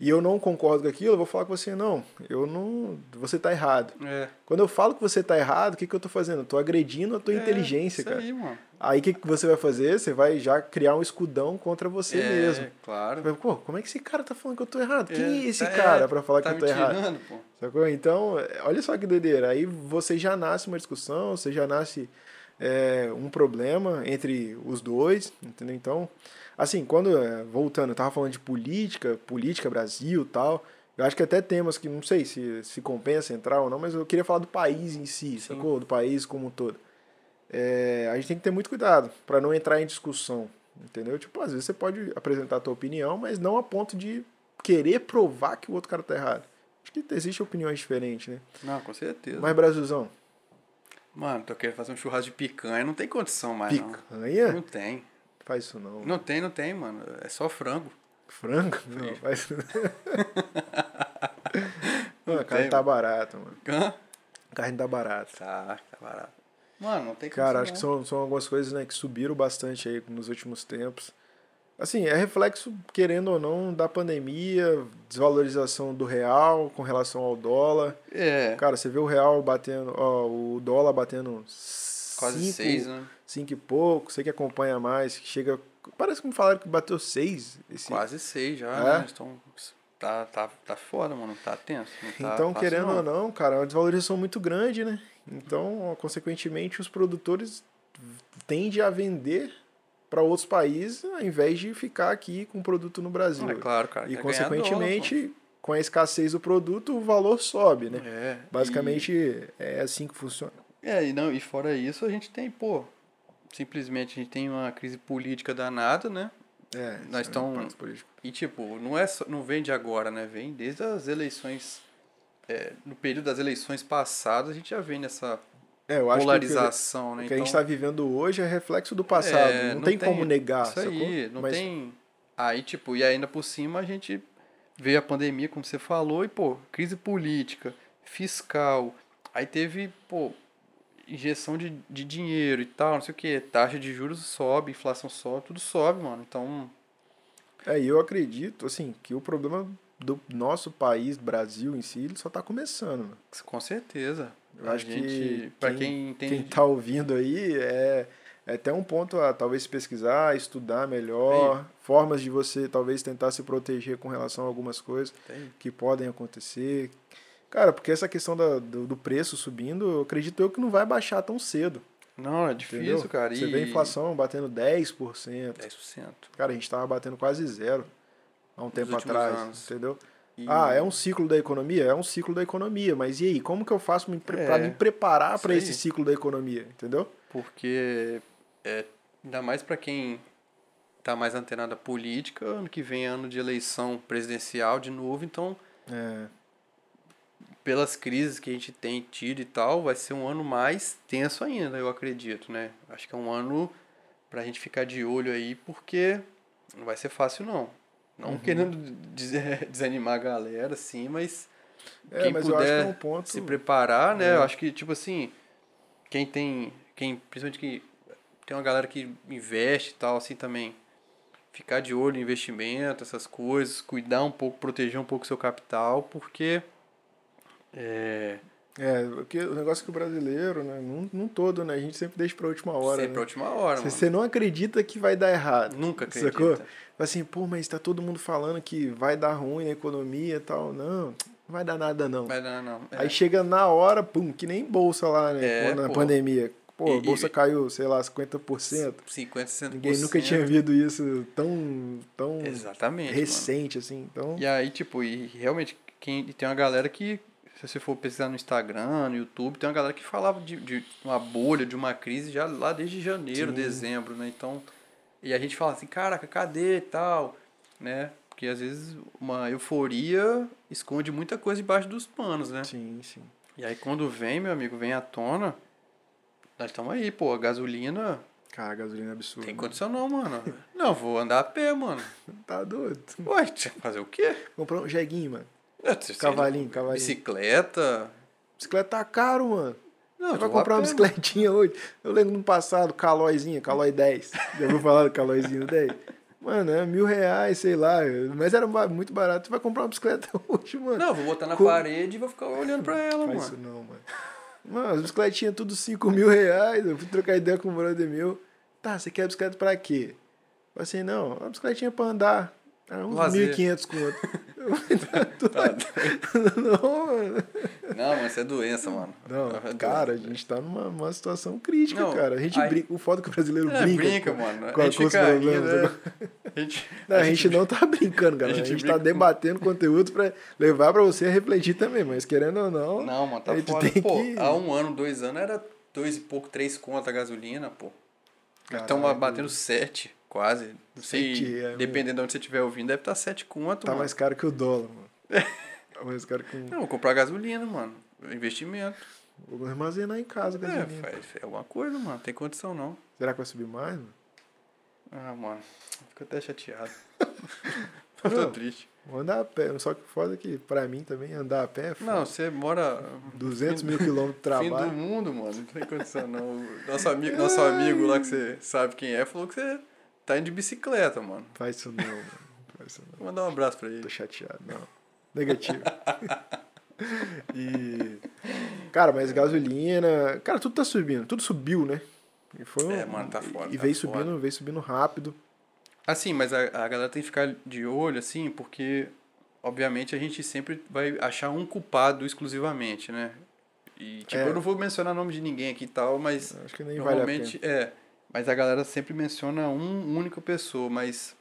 Speaker 1: e eu não concordo com aquilo, eu vou falar com você, não, eu não. Você tá errado.
Speaker 2: É.
Speaker 1: Quando eu falo que você tá errado, o que, que eu tô fazendo? Eu tô agredindo a tua
Speaker 2: É,
Speaker 1: inteligência, cara.
Speaker 2: Isso aí, mano.
Speaker 1: Aí o que, que você vai fazer? Você vai já criar um escudão contra você
Speaker 2: é,
Speaker 1: mesmo.
Speaker 2: Claro.
Speaker 1: Vai, Pô, como é que esse cara tá falando que eu tô errado? Quem é
Speaker 2: É,
Speaker 1: esse
Speaker 2: tá- é,
Speaker 1: cara pra falar
Speaker 2: tá
Speaker 1: que eu tô
Speaker 2: me
Speaker 1: errado?
Speaker 2: tirando, pô.
Speaker 1: Sacou? Então, é, olha só que doideira. Aí você já nasce uma discussão, você já nasce é, um problema entre os dois, entendeu? Então, assim, quando, é, voltando, eu tava falando de política, política Brasil e tal, eu acho que até temas que não sei se, se compensa entrar ou não, mas eu queria falar do país em si, sacou? Do país como um todo. É, a gente tem que ter muito cuidado para não entrar em discussão, entendeu? Tipo, às vezes você pode apresentar a tua opinião, mas não a ponto de querer provar que o outro cara tá errado. Acho que existe opiniões diferentes, né?
Speaker 2: Não, com certeza.
Speaker 1: Mas Brasilzão,
Speaker 2: Mano, tô querendo fazer um churrasco de picanha. Não tem condição mais, Ah, não.
Speaker 1: picanha?
Speaker 2: Não tem.
Speaker 1: Faz isso não.
Speaker 2: Não tem, não tem, mano. É só frango.
Speaker 1: Frango? Não, faz. mano, a carne tá barata, mano.
Speaker 2: Hã?
Speaker 1: A carne tá barata.
Speaker 2: Tá, tá barato. Mano, não tem
Speaker 1: Cara,
Speaker 2: condição,
Speaker 1: acho que
Speaker 2: não.
Speaker 1: são, são algumas coisas né, que subiram bastante aí nos últimos tempos. Assim, é reflexo, querendo ou não, da pandemia, desvalorização do real com relação ao dólar.
Speaker 2: É,
Speaker 1: Cara, você vê o real batendo, ó, o dólar batendo
Speaker 2: quase
Speaker 1: cinco,
Speaker 2: seis, né?
Speaker 1: cinco e pouco, você que acompanha mais, que chega. Parece que me falaram que bateu seis esse.
Speaker 2: Quase seis já,
Speaker 1: É?
Speaker 2: né? Então, tá, tá, tá foda, mano. Tá tenso. não tá
Speaker 1: Então,
Speaker 2: fácil,
Speaker 1: querendo
Speaker 2: não.
Speaker 1: ou não, cara, é uma desvalorização muito grande, né? Então, ó, consequentemente, os produtores tendem a vender para outros países ao invés de ficar aqui com o produto no Brasil.
Speaker 2: É claro, cara.
Speaker 1: e,
Speaker 2: quer ganhar dólar,
Speaker 1: consequentemente, com a escassez do produto, o valor sobe,
Speaker 2: pô.
Speaker 1: né?
Speaker 2: É,
Speaker 1: Basicamente, é assim que funciona.
Speaker 2: E, é, e, não, e fora isso, a gente tem, pô, simplesmente a gente tem uma crise política danada, né?
Speaker 1: É,
Speaker 2: Nós
Speaker 1: isso é
Speaker 2: tão-
Speaker 1: um ponto político.
Speaker 2: E, tipo, não, é só, não vem de agora, né? Vem desde as eleições. é, no período das eleições passadas, a gente já vem nessa
Speaker 1: É, eu acho que o que-
Speaker 2: polarização,
Speaker 1: O que
Speaker 2: né?
Speaker 1: a gente
Speaker 2: Então-
Speaker 1: está vivendo hoje é reflexo do passado.
Speaker 2: É,
Speaker 1: não, tem, como negar,
Speaker 2: Isso
Speaker 1: tá- ah, sacou?
Speaker 2: aí, não
Speaker 1: Mas
Speaker 2: tem. Aí, tipo, e ainda por cima a gente veio a pandemia, como você falou, e, pô, crise política, fiscal. Aí teve, pô, injeção de, de dinheiro e tal, não sei o quê. Taxa de juros sobe, inflação sobe, tudo sobe, mano. Então,
Speaker 1: É, e eu acredito, assim, que o problema do nosso país, Brasil em si, ele só está começando. mano.
Speaker 2: com certeza.
Speaker 1: Eu
Speaker 2: a
Speaker 1: acho que
Speaker 2: gente, pra
Speaker 1: quem-
Speaker 2: quem entende.
Speaker 1: Quem está ouvindo aí é, é até um ponto a talvez pesquisar, estudar melhor, formas de você talvez tentar se proteger com relação a algumas coisas
Speaker 2: Tem.
Speaker 1: que podem acontecer. Cara, porque essa questão da- do, do preço subindo, eu acredito eu que não vai baixar tão cedo.
Speaker 2: Não, é difícil,
Speaker 1: Entendeu?
Speaker 2: cara.
Speaker 1: Você
Speaker 2: e...
Speaker 1: vê a inflação batendo 10%.
Speaker 2: 10%.
Speaker 1: Cara, a gente tava batendo quase zero há um tempo
Speaker 2: últimos
Speaker 1: atrás,
Speaker 2: anos.
Speaker 1: entendeu?
Speaker 2: E-
Speaker 1: Ah, é um ciclo da economia? É um ciclo da economia, mas e aí? Como que eu faço me pre-
Speaker 2: É,
Speaker 1: pra me preparar
Speaker 2: isso
Speaker 1: pra esse
Speaker 2: aí.
Speaker 1: ciclo da economia, entendeu?
Speaker 2: porque é, ainda mais para quem tá mais antenado à política, ano que vem é ano de eleição presidencial de novo, então
Speaker 1: É,
Speaker 2: pelas crises que a gente tem tido e tal, vai ser um ano mais tenso ainda, eu acredito, né? Acho que é um ano pra gente ficar de olho aí, porque não vai ser fácil não. Não querendo dizer- desanimar a galera, assim, mas
Speaker 1: É,
Speaker 2: Quem
Speaker 1: mas eu acho que é
Speaker 2: puder
Speaker 1: um ponto.
Speaker 2: se preparar, né?
Speaker 1: É.
Speaker 2: Eu acho que, tipo assim, quem tem. Quem, principalmente que tem uma galera que investe e tal, assim também. Ficar de olho no investimento, essas coisas, cuidar um pouco, proteger um pouco o seu capital, porque. É.
Speaker 1: É, porque o negócio é que o brasileiro, né, num, num todo, né, a gente sempre deixa pra última hora.
Speaker 2: sempre é a
Speaker 1: né?
Speaker 2: última hora,
Speaker 1: Você-
Speaker 2: mano.
Speaker 1: Você não acredita que vai dar errado.
Speaker 2: Nunca acredita.
Speaker 1: Sacou? Assim, pô, mas tá todo mundo falando que vai dar ruim na economia e tal. Não, não vai dar nada não.
Speaker 2: Mas não, não. é.
Speaker 1: Aí chega na hora, pum, que nem bolsa lá, né?
Speaker 2: É,
Speaker 1: quando na
Speaker 2: pô.
Speaker 1: pandemia. Pô, a
Speaker 2: E-
Speaker 1: bolsa
Speaker 2: e-
Speaker 1: caiu, sei lá, 50%.
Speaker 2: 50, 60%.
Speaker 1: Ninguém nunca tinha visto isso tão, tão
Speaker 2: Exatamente. mano.
Speaker 1: recente, assim. Então,
Speaker 2: E aí, tipo, e realmente, quem, e tem uma galera que, se você for pesquisar no Instagram, no YouTube, tem uma galera que falava de, de uma bolha, de uma crise já lá desde janeiro,
Speaker 1: Sim.
Speaker 2: dezembro, né? Então, e a gente fala assim, caraca, cadê e tal, né? Porque às vezes uma euforia esconde muita coisa debaixo dos panos, né?
Speaker 1: sim, sim.
Speaker 2: E aí quando vem, meu amigo, vem à tona, nós estamos aí, pô, a gasolina,
Speaker 1: Cara, a gasolina é absurda.
Speaker 2: tem condição não, mano. Não, vou andar a pé, mano.
Speaker 1: Tá doido.
Speaker 2: Ué, fazer o quê?
Speaker 1: Comprou um jeguinho, mano.
Speaker 2: É, sei lá,
Speaker 1: Cavalinho, cavalinho.
Speaker 2: Bicicleta,
Speaker 1: Bicicleta tá caro, mano.
Speaker 2: Não,
Speaker 1: Você
Speaker 2: tô
Speaker 1: vai comprar
Speaker 2: lá
Speaker 1: uma
Speaker 2: perto.
Speaker 1: bicicletinha hoje. Eu lembro no passado, Calóizinha, Calói 10. Já ouviu falar do Calóizinho 10? Mano, é mil reais, sei lá. Mas era ba- muito barato. Tu vai comprar uma bicicleta hoje, mano.
Speaker 2: Não, eu vou botar na
Speaker 1: Com-
Speaker 2: parede e vou ficar olhando pra ela,
Speaker 1: Faz
Speaker 2: mano.
Speaker 1: isso não, mano. Mano, as bicicletinhas tudo 5 mil reais. Eu fui trocar ideia com um brother meu. Tá, você quer a bicicleta pra quê? Eu falei assim, não, uma bicicletinha pra andar. Ah, uns
Speaker 2: Lazer.
Speaker 1: 1.500 conto. Eu falei, tá, tu tá- não, mano.
Speaker 2: Não, mas isso é doença, mano. É
Speaker 1: Não,
Speaker 2: doença.
Speaker 1: cara, a gente tá numa, numa situação crítica,
Speaker 2: Não,
Speaker 1: cara. A gente
Speaker 2: aí-
Speaker 1: brinca, o foda que o brasileiro
Speaker 2: É,
Speaker 1: brinca.
Speaker 2: brinca,
Speaker 1: com-
Speaker 2: mano.
Speaker 1: com
Speaker 2: a
Speaker 1: a
Speaker 2: gente
Speaker 1: com os
Speaker 2: fica rindo,
Speaker 1: problemas,
Speaker 2: né? A gente,
Speaker 1: Não, a gente não tá brincando, galera. A
Speaker 2: gente
Speaker 1: gente, tá
Speaker 2: brinca com-
Speaker 1: debatendo conteúdo pra levar pra você a refletir também, mas querendo ou não.
Speaker 2: Não, mano, tá
Speaker 1: aí tu
Speaker 2: fora.
Speaker 1: tem
Speaker 2: Pô,
Speaker 1: que-
Speaker 2: há um ano, dois anos, era dois e pouco, três conto a gasolina, pô. Então
Speaker 1: Caralho.
Speaker 2: batendo sete, quase. Não sei,
Speaker 1: Sete, é,
Speaker 2: dependendo de onde você estiver ouvindo, deve estar sete conto,
Speaker 1: Tá
Speaker 2: mano.
Speaker 1: mais caro que o dólar, mano. Tá mais caro que um.
Speaker 2: Não, vou comprar gasolina, mano. Investimento.
Speaker 1: Vou armazenar em casa,
Speaker 2: É,
Speaker 1: gasolina.
Speaker 2: faz, é alguma coisa, mano. Não tem condição, não.
Speaker 1: Será que vai subir mais, mano?
Speaker 2: Ah, mano. Fico até chateado. Eu tô
Speaker 1: Não.
Speaker 2: triste.
Speaker 1: Andar a pé, só que foda é que pra mim também andar a pé é foda.
Speaker 2: Não, você mora.
Speaker 1: 200 mil quilômetros de
Speaker 2: Fim do
Speaker 1: trabalho.
Speaker 2: mundo, mano. Não tem condição, não. O Nosso amigo, nosso amigo lá que você sabe quem é falou que você tá indo de bicicleta, mano.
Speaker 1: Faz isso não, mano. Faz isso não.
Speaker 2: Vou mandar um abraço pra ele.
Speaker 1: Tô chateado, não. Negativo. e. Cara, mas gasolina. Cara, tudo tá subindo. Tudo subiu, né? E foi um-
Speaker 2: É, mano, tá foda,
Speaker 1: E
Speaker 2: tá
Speaker 1: veio
Speaker 2: foda.
Speaker 1: subindo, veio subindo rápido.
Speaker 2: Assim, mas a, a galera tem que ficar de olho, assim, porque, obviamente, a gente sempre vai achar um culpado exclusivamente, né? E, tipo,
Speaker 1: É.
Speaker 2: eu não vou mencionar nome de ninguém aqui e tal, mas
Speaker 1: Acho que nem vale a pena.
Speaker 2: normalmente é. Mas a galera sempre menciona um única pessoa, mas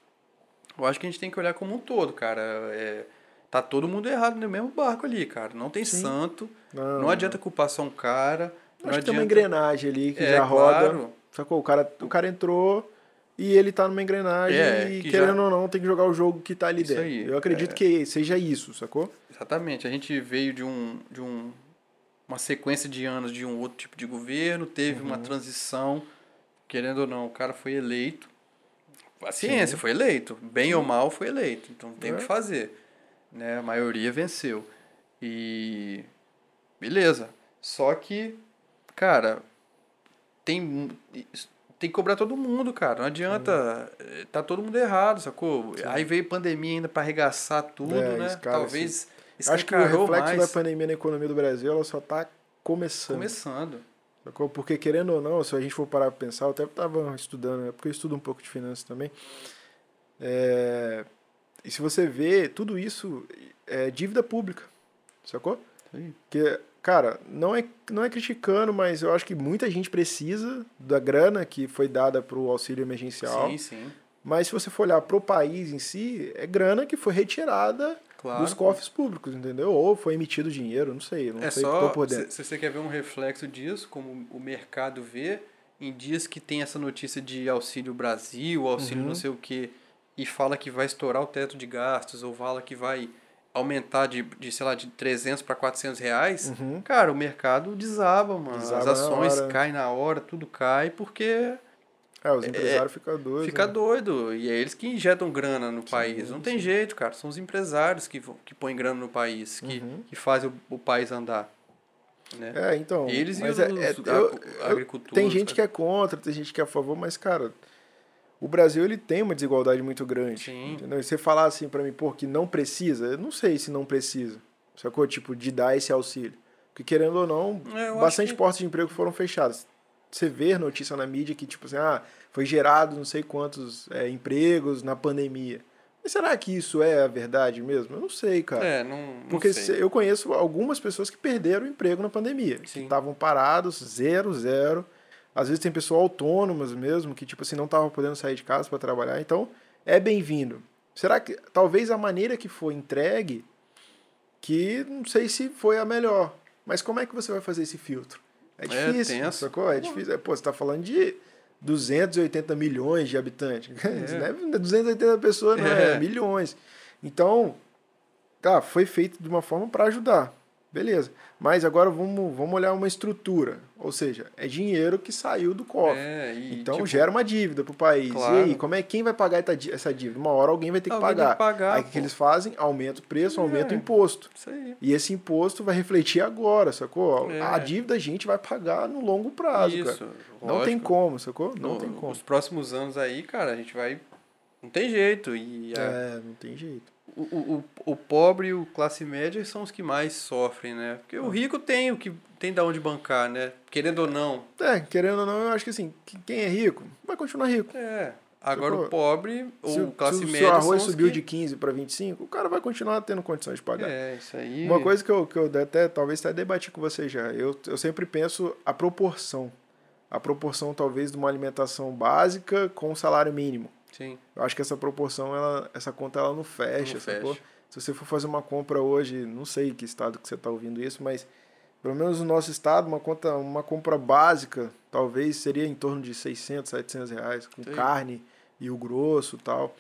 Speaker 2: eu acho que a gente tem que olhar como um todo, cara. É, tá todo mundo errado no mesmo barco ali, cara. Não tem
Speaker 1: Sim.
Speaker 2: santo,
Speaker 1: Não,
Speaker 2: não adianta culpar só um cara.
Speaker 1: Acho
Speaker 2: Não
Speaker 1: que tem uma
Speaker 2: adianta.
Speaker 1: engrenagem ali que
Speaker 2: É,
Speaker 1: já roda.
Speaker 2: claro.
Speaker 1: Sacou? O cara, o cara entrou e ele tá numa engrenagem
Speaker 2: É,
Speaker 1: e,
Speaker 2: que
Speaker 1: querendo
Speaker 2: já-
Speaker 1: ou não, tem que jogar o jogo que tá ali
Speaker 2: Isso
Speaker 1: dentro.
Speaker 2: aí, é.
Speaker 1: Eu acredito que seja isso, sacou?
Speaker 2: Exatamente. A gente veio de um de um uma sequência de anos de um outro tipo de governo, teve
Speaker 1: Uhum.
Speaker 2: uma transição, querendo ou não, o cara foi eleito. A ciência foi eleito, bem ou mal foi eleito, então não tem o que
Speaker 1: É.
Speaker 2: fazer. Né? A maioria venceu. E beleza. Só que, cara, tem mu- tem que cobrar todo mundo, cara. Não adianta,
Speaker 1: Uhum.
Speaker 2: eh, tá todo mundo errado, sacou? Aí veio pandemia ainda para arregaçar tudo,
Speaker 1: É,
Speaker 2: né?
Speaker 1: isso, cara,
Speaker 2: Talvez
Speaker 1: Acho que o
Speaker 2: escancarou
Speaker 1: reflexo da
Speaker 2: é mais
Speaker 1: pandemia na economia do Brasil, ela só tá começando.
Speaker 2: começando.
Speaker 1: Sacou? Porque querendo ou não, se a gente for parar pra pensar, eu até tava estudando, né? porque eu estudo um pouco de finanças também. É, E se você vê, tudo isso é dívida pública, sacou? Porque, cara, não é, não é criticando, mas eu acho que muita gente precisa da grana que foi dada pro auxílio emergencial.
Speaker 2: Sim, sim.
Speaker 1: Mas se você for olhar pro país em si, é grana que foi retirada
Speaker 2: Claro.
Speaker 1: dos cofres públicos, entendeu? Ou foi emitido dinheiro, não sei, não
Speaker 2: É
Speaker 1: sei o que
Speaker 2: só,
Speaker 1: tô por
Speaker 2: se
Speaker 1: dentro.
Speaker 2: se você quer ver um reflexo disso, como o mercado vê, em dias que tem essa notícia de auxílio Brasil, auxílio
Speaker 1: Uhum.
Speaker 2: não sei o quê, e fala que vai estourar o teto de gastos, ou fala que vai aumentar de, de sei lá, de 300 para 400 reais,
Speaker 1: Uhum.
Speaker 2: cara, o mercado desaba, mano.
Speaker 1: Desaba
Speaker 2: As
Speaker 1: na
Speaker 2: ações
Speaker 1: hora.
Speaker 2: caem na hora, tudo cai, porque
Speaker 1: É, os empresários ficam doidos.
Speaker 2: Fica
Speaker 1: né?
Speaker 2: doido. E é eles que injetam grana no país. Não tem
Speaker 1: sim.
Speaker 2: jeito, cara. São os empresários que, vão- que põem grana no país, que,
Speaker 1: Uhum.
Speaker 2: que fazem o, o país andar. Né?
Speaker 1: É, então.
Speaker 2: eles e
Speaker 1: mas
Speaker 2: os, né?
Speaker 1: é, é,
Speaker 2: os
Speaker 1: eu-
Speaker 2: agri-
Speaker 1: eu-
Speaker 2: agricultores.
Speaker 1: Tem gente que é contra, tem gente que é a favor, mas, cara, o Brasil ele tem uma desigualdade muito grande.
Speaker 2: Sim.
Speaker 1: Entendeu? E você falar assim pra mim, pô, que não precisa, eu não sei se não precisa, sacou? Tipo, de dar esse auxílio. Porque, querendo ou não,
Speaker 2: É, eu acho
Speaker 1: bastante
Speaker 2: que-
Speaker 1: portas de emprego foram fechadas. Você vê notícia na mídia que, tipo assim, ah, foi gerado não sei quantos é, empregos na pandemia. Mas será que isso é a verdade mesmo? Eu não sei, cara.
Speaker 2: É, não, não
Speaker 1: Porque
Speaker 2: sei.
Speaker 1: se- eu conheço algumas pessoas que perderam o emprego na pandemia, que
Speaker 2: Sim.
Speaker 1: estavam parados, zero, zero. Às vezes tem pessoas autônomas mesmo, que tipo assim, não estavam podendo sair de casa para trabalhar. Então, é bem-vindo. Será que talvez a maneira que foi entregue, que não sei se foi a melhor, mas como é que você vai fazer esse filtro? É
Speaker 2: É
Speaker 1: difícil,
Speaker 2: tenso.
Speaker 1: sacou? É difícil. É, Pô, você tá falando de 280 milhões de habitantes. Isso não é 280 pessoas, não é,
Speaker 2: É.
Speaker 1: milhões. Então, tá, foi feito de uma forma para ajudar. Beleza. Mas agora vamos, vamos olhar uma estrutura. Ou seja, é dinheiro que saiu do cofre.
Speaker 2: É, e,
Speaker 1: então
Speaker 2: tipo,
Speaker 1: gera uma dívida pro país.
Speaker 2: Claro.
Speaker 1: E aí, como é quem vai pagar essa dí- essa dívida? Uma hora alguém vai ter que
Speaker 2: Alguém tem
Speaker 1: pagar.
Speaker 2: que pagar,
Speaker 1: aí o que
Speaker 2: pô.
Speaker 1: eles fazem? Aumenta o preço, aumenta o
Speaker 2: É.
Speaker 1: imposto.
Speaker 2: Isso aí.
Speaker 1: E esse imposto vai refletir agora, sacou?
Speaker 2: É.
Speaker 1: A dívida a gente vai pagar no longo prazo,
Speaker 2: Isso,
Speaker 1: cara. Não tem
Speaker 2: lógico.
Speaker 1: como, sacou? Não
Speaker 2: No-
Speaker 1: tem como.
Speaker 2: Os próximos anos aí, cara, a gente vai. Não tem jeito. E a-
Speaker 1: É, não tem jeito.
Speaker 2: o, o, o- o pobre e o classe média são os que mais sofrem, né? Porque
Speaker 1: Ah.
Speaker 2: o rico tem o que tem da onde bancar, né? Querendo ou não.
Speaker 1: É, querendo ou não, eu acho que assim, que- quem é rico vai continuar rico.
Speaker 2: É. Agora
Speaker 1: Sacou?
Speaker 2: o pobre ou
Speaker 1: Tipo, Se
Speaker 2: o classe
Speaker 1: se
Speaker 2: média
Speaker 1: seu arroz
Speaker 2: são os
Speaker 1: subiu
Speaker 2: que...
Speaker 1: de 15 para 25, o cara vai continuar tendo condições de pagar.
Speaker 2: É, isso aí.
Speaker 1: Uma coisa que eu, que eu até, talvez até debati com você já, eu, eu sempre penso a proporção. A proporção, talvez, de uma alimentação básica com um salário mínimo.
Speaker 2: Sim.
Speaker 1: Eu acho que essa proporção, ela, essa conta, ela não fecha,
Speaker 2: Não
Speaker 1: sacou?
Speaker 2: fecha.
Speaker 1: Se você for fazer uma compra hoje, não sei que estado que você está ouvindo isso, mas pelo menos no nosso estado, uma, conta, uma compra básica, talvez seria em torno de 600, 700 reais, com
Speaker 2: Sim.
Speaker 1: carne e o grosso e tal.